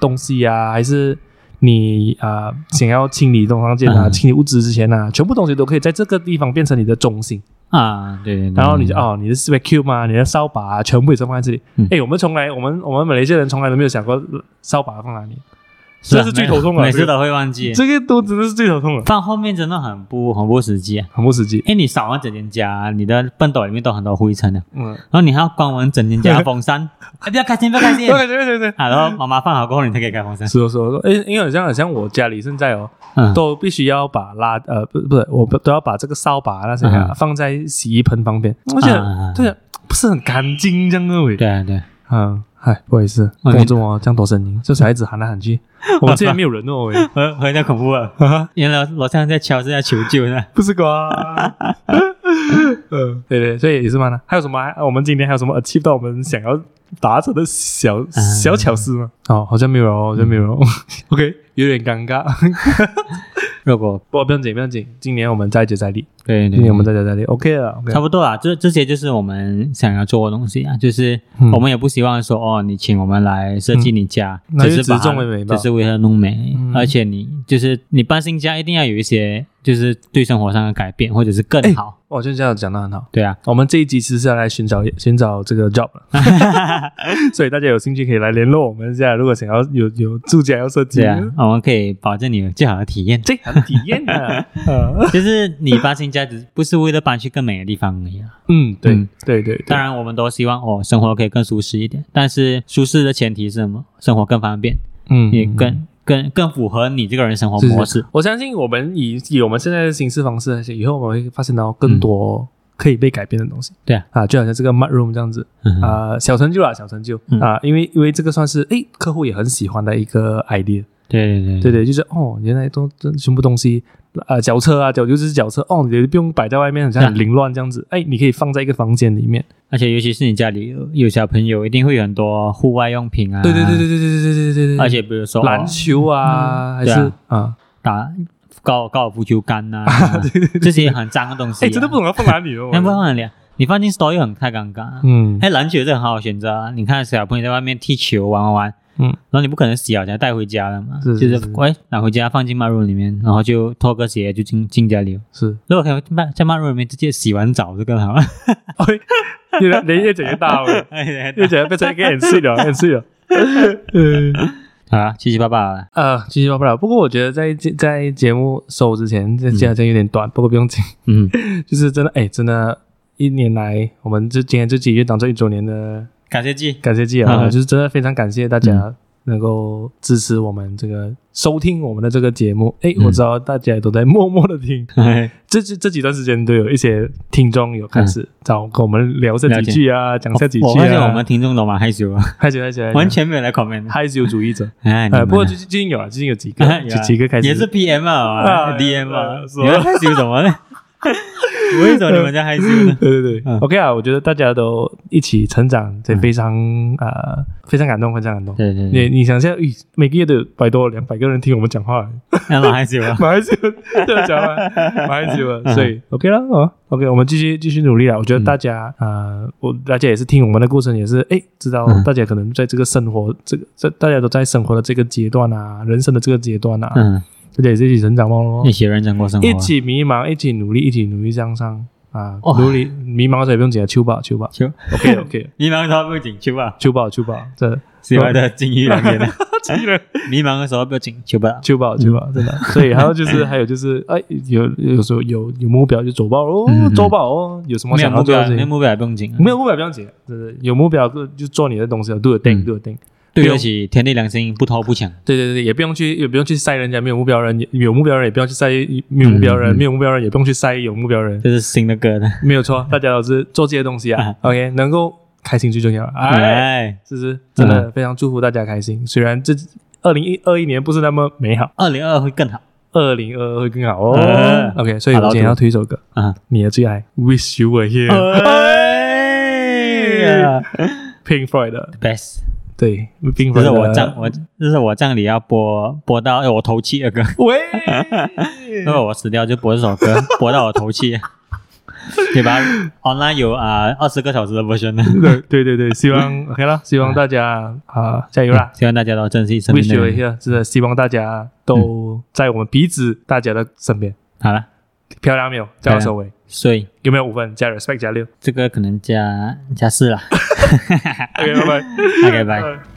[SPEAKER 1] 东西啊，还是你啊、想要清理东方间啊、
[SPEAKER 2] 嗯
[SPEAKER 1] 清理物资之前啊，全部东西都可以在这个地方变成你的中心，
[SPEAKER 2] 啊，对对对，
[SPEAKER 1] 然后你就
[SPEAKER 2] 对
[SPEAKER 1] 哦，你的 vacuum 啊，你的扫把啊，全部也是放在这里
[SPEAKER 2] 嗯。
[SPEAKER 1] 哎、我们从来我们我们马来西亚人从来都没有想过扫把放哪里，
[SPEAKER 2] 啊
[SPEAKER 1] 这是最头痛的
[SPEAKER 2] 每每
[SPEAKER 1] 这
[SPEAKER 2] 次
[SPEAKER 1] 个
[SPEAKER 2] 都会忘记。
[SPEAKER 1] 这个都真的是最头痛了，
[SPEAKER 2] 放后面真的很不很不实际、啊，
[SPEAKER 1] 很不实际。
[SPEAKER 2] 因为你扫完整间家，你的畚斗里面都很多灰尘的、
[SPEAKER 1] 嗯，
[SPEAKER 2] 然后你还要关完整间家的风 扇，哎，不要开心，不要开心
[SPEAKER 1] 对对对对。
[SPEAKER 2] 啊！然后妈妈放好过后，你才可以开风扇。
[SPEAKER 1] 是哦，是哦，哎，因为好像好像我家里现在哦，
[SPEAKER 2] 嗯，
[SPEAKER 1] 都必须要把拉呃不不是，我不都要把这个扫把那些啊
[SPEAKER 2] 嗯
[SPEAKER 1] 放在洗衣盆旁边，我觉
[SPEAKER 2] 嗯
[SPEAKER 1] 得对啊，不是很干净这样的喂。
[SPEAKER 2] 对啊，对啊，
[SPEAKER 1] 嗯，嗨，不好意思，
[SPEAKER 2] 嗯
[SPEAKER 1] 工作哦这样多声音，这小孩子喊来喊 去，我们这边没有人哦喂，
[SPEAKER 2] 回呃回到恐怖了。原来楼上在敲，是在求救呢。
[SPEAKER 1] 不是瓜。 嗯，对对，所以也是嘛呢。还有什么啊？我们今天还有什么 achieve 到我们想要达成的小小巧思吗？啊哦，好像没有哦，好像没有哦。OK，有点尴尬。
[SPEAKER 2] 如果
[SPEAKER 1] 不过不用紧，不用紧，今年我们再接再厉。
[SPEAKER 2] 对
[SPEAKER 1] 今
[SPEAKER 2] 对，
[SPEAKER 1] 天我们在家这里 OK 了，OK
[SPEAKER 2] 差不多啦，这这些就是我们想要做的东西啊，就是
[SPEAKER 1] 嗯
[SPEAKER 2] 我们也不希望说、哦，你请我们来设计你家，
[SPEAKER 1] 嗯那
[SPEAKER 2] 只
[SPEAKER 1] 就是
[SPEAKER 2] 把
[SPEAKER 1] 只是
[SPEAKER 2] 它
[SPEAKER 1] 为美吧
[SPEAKER 2] 只是为了弄美，
[SPEAKER 1] 嗯
[SPEAKER 2] 而且你就是你搬新家一定要有一些就是对生活上的改变，或者是更
[SPEAKER 1] 哎
[SPEAKER 2] 好，
[SPEAKER 1] 我觉得这样讲的很好。
[SPEAKER 2] 对啊，
[SPEAKER 1] 我们这一集其实是要来寻找寻找这个 job，了 所以大家有兴趣可以来联络我们一下。如果想要有有住家要设计。
[SPEAKER 2] 对，啊，我们可以保证你有最好的体验
[SPEAKER 1] 这很体验的。呃
[SPEAKER 2] 就是你搬新家只不是为了搬去更美的地方而已啊。
[SPEAKER 1] 嗯，对
[SPEAKER 2] 嗯
[SPEAKER 1] 对对，对
[SPEAKER 2] 当然，我们都希望哦，生活可以更舒适一点，但是舒适的前提是什么？生活更方便，
[SPEAKER 1] 嗯
[SPEAKER 2] 也更更更符合你这个人生活
[SPEAKER 1] 是是
[SPEAKER 2] 模式。
[SPEAKER 1] 我相信我们以以我们现在的行事方式，而且以后我们会发现到
[SPEAKER 2] 嗯
[SPEAKER 1] 更多可以被改变的东西。
[SPEAKER 2] 对啊，
[SPEAKER 1] 啊，就好像这个 mud room 这样子
[SPEAKER 2] 嗯哼
[SPEAKER 1] 啊、小成就啊，小成就
[SPEAKER 2] 嗯
[SPEAKER 1] 啊、因为因为这个算是诶客户也很喜欢的一个 idea。
[SPEAKER 2] 对对
[SPEAKER 1] 对对，就是哦，原来都都全部东西啊、呃，脚车啊，脚就是脚车哦，你不用摆在外面，好像很
[SPEAKER 2] 对
[SPEAKER 1] 凌乱这样子。哎，你可以放在一个房间里面。
[SPEAKER 2] 而且尤其是你家里有有小朋友，一定会有很多户外用品啊。
[SPEAKER 1] 对对对对对对对对对对。
[SPEAKER 2] 而且比如说
[SPEAKER 1] 篮球啊，还
[SPEAKER 2] 对
[SPEAKER 1] 是
[SPEAKER 2] 啊
[SPEAKER 1] 啊，
[SPEAKER 2] 打高高尔夫球 杆呐、啊，这些很脏的东西、
[SPEAKER 1] 哎，
[SPEAKER 2] 啊。
[SPEAKER 1] 真的不懂要放哪里哦。
[SPEAKER 2] 那不放哪里啊？你放进 store 又很太尴尬、啊。
[SPEAKER 1] 嗯
[SPEAKER 2] 哎，篮球是很好的选择啊！你看小朋友在外面踢球玩玩玩，
[SPEAKER 1] 嗯
[SPEAKER 2] 然后你不可能洗好家带回家了嘛，
[SPEAKER 1] 是是
[SPEAKER 2] 就是
[SPEAKER 1] 是
[SPEAKER 2] 喂拿回家放进 m a r o 里面，然后就脱个鞋就进进家里了。
[SPEAKER 1] 是，
[SPEAKER 2] 如果可以在 m a r o 里面直接洗完澡就更好了。
[SPEAKER 1] 哎，你的你越讲越大了，越讲越变成一个 MC 了，MC 了。嗯
[SPEAKER 2] 好啦，七七八八了，
[SPEAKER 1] 啊，继续吧不了。不过我觉得在节在节目收之前，这这好像有点短，不过不用紧。
[SPEAKER 2] 嗯，
[SPEAKER 1] 就是真的，哎，真的，一年来，我们这今天这集就当做一周年的
[SPEAKER 2] 感谢季，
[SPEAKER 1] 感谢季啊，
[SPEAKER 2] 嗯
[SPEAKER 1] 就是真的非常感谢大家能够支持我们这个收听我们的这个节目。哎，
[SPEAKER 2] 嗯
[SPEAKER 1] 我知道大家都在默默的 听，这这这几段时间都有一些听众有开始找跟我们聊这几句啊，讲下几
[SPEAKER 2] 嗯我
[SPEAKER 1] 句
[SPEAKER 2] 发现我
[SPEAKER 1] 啊
[SPEAKER 2] 们，听众都蛮害羞啊，
[SPEAKER 1] 开始开始
[SPEAKER 2] 完
[SPEAKER 1] 开始
[SPEAKER 2] 全没有来 comment。
[SPEAKER 1] 害羞主义者。
[SPEAKER 2] 哎，你
[SPEAKER 1] 呃，
[SPEAKER 2] 们
[SPEAKER 1] 不过
[SPEAKER 2] 啊
[SPEAKER 1] 最近最近有啊，最近有几 个
[SPEAKER 2] 哎
[SPEAKER 1] 几
[SPEAKER 2] 呀
[SPEAKER 1] 几个开始
[SPEAKER 2] 也是 PM 啊
[SPEAKER 1] 啊
[SPEAKER 2] ，DM
[SPEAKER 1] 哎
[SPEAKER 2] 啊
[SPEAKER 1] 呀，是
[SPEAKER 2] 你们害羞什么呢？ 为什么你们在害羞 呢？
[SPEAKER 1] 对对对、
[SPEAKER 2] 嗯
[SPEAKER 1] o k 啊，我觉得大家都一起成长，这非常啊、呃非常感动，非常感动。
[SPEAKER 2] 嗯对对对，
[SPEAKER 1] 你你想一下，咦每个月都有百多两百个人听我们讲话，
[SPEAKER 2] 那蛮害羞啊。
[SPEAKER 1] 马来西亚对讲嘛，马来西
[SPEAKER 2] 嗯
[SPEAKER 1] 亚，所以 OK 了哦，OK，我们继续继续努力啦。我觉得大家啊，我大家也是听我们的故事，也是哎，知道
[SPEAKER 2] 嗯
[SPEAKER 1] 大家可能在这个生活这个这大家都在生活的这个阶段啊，人生的这个阶段啊，
[SPEAKER 2] 嗯，
[SPEAKER 1] 大家也是一起成长咯
[SPEAKER 2] 一，起啊认真过生活，
[SPEAKER 1] 哦一起迷茫，一起努力，一起努力向上啊
[SPEAKER 2] 哇，
[SPEAKER 1] 努力迷茫的时候也不用紧，啊秋吧秋吧
[SPEAKER 2] 球。
[SPEAKER 1] ，OK OK，
[SPEAKER 2] 迷茫的时候不要紧，球吧，
[SPEAKER 1] 秋吧秋吧， 这
[SPEAKER 2] 是我的金玉良言 啊。
[SPEAKER 1] 真的。
[SPEAKER 2] 迷茫的时候不要紧，球吧。
[SPEAKER 1] 就吧，就吧，
[SPEAKER 2] 嗯
[SPEAKER 1] 真的。所以还有就是，还有就是，哎，有有时候有有目标就走吧哦
[SPEAKER 2] 嗯，嗯
[SPEAKER 1] 走吧哦。有什么
[SPEAKER 2] 没有
[SPEAKER 1] 想要
[SPEAKER 2] 目
[SPEAKER 1] 做的
[SPEAKER 2] 标，
[SPEAKER 1] 事
[SPEAKER 2] 没有
[SPEAKER 1] 情，
[SPEAKER 2] 目标也不用紧啊，
[SPEAKER 1] 没有目标不要紧，对对，有目标就就做你的东西，do 啊 the
[SPEAKER 2] 嗯
[SPEAKER 1] thing，do the thing。
[SPEAKER 2] 对得起天地良心，不偷不抢。
[SPEAKER 1] 对对对，也不用去，也不用去晒人家没有目标人，也有目标人也不要去晒没有目标
[SPEAKER 2] 嗯
[SPEAKER 1] 人，
[SPEAKER 2] 嗯
[SPEAKER 1] 没有目标人也不用去晒有目标人，
[SPEAKER 2] 这是新的歌的，
[SPEAKER 1] 没有错。大家都是做这些东西啊
[SPEAKER 2] 啊
[SPEAKER 1] ，OK，能够开心最重要。哎，
[SPEAKER 2] 哎，
[SPEAKER 1] 是不是？真的非常祝福大家开心。虽然这二零一二一年不是那么美好，
[SPEAKER 2] 二零二会更好
[SPEAKER 1] 二零二二会更好哦
[SPEAKER 2] 哎。
[SPEAKER 1] OK，所以我今天要推一首歌。
[SPEAKER 2] 啊。呃
[SPEAKER 1] 你的最爱《Wish You Were Here》
[SPEAKER 2] 哎
[SPEAKER 1] Pink Floyd 的，
[SPEAKER 2] ，best，
[SPEAKER 1] 对，Pink Floyd
[SPEAKER 2] 这是
[SPEAKER 1] 的。
[SPEAKER 2] 我葬我这是我葬礼要播播到哎我头七的歌，
[SPEAKER 1] 喂，
[SPEAKER 2] 如果我死掉就播这首 歌，播到我头七。对吧？online 有啊二十个小时的 version 呢，
[SPEAKER 1] 对对对对，希望 OK 了，希望大家啊加油啦
[SPEAKER 2] 希望大家都珍惜身边
[SPEAKER 1] ！Wish
[SPEAKER 2] 嗯的
[SPEAKER 1] You Were
[SPEAKER 2] 人。
[SPEAKER 1] Here，真的希望大家都在我们彼此大家的身边。
[SPEAKER 2] 好了，
[SPEAKER 1] 漂亮没有？加到收尾，
[SPEAKER 2] 所以
[SPEAKER 1] 有没有五分？加 respect 加六。
[SPEAKER 2] 这个可能加加四啦。
[SPEAKER 1] OK，拜拜。
[SPEAKER 2] OK，拜。
[SPEAKER 1] 拜。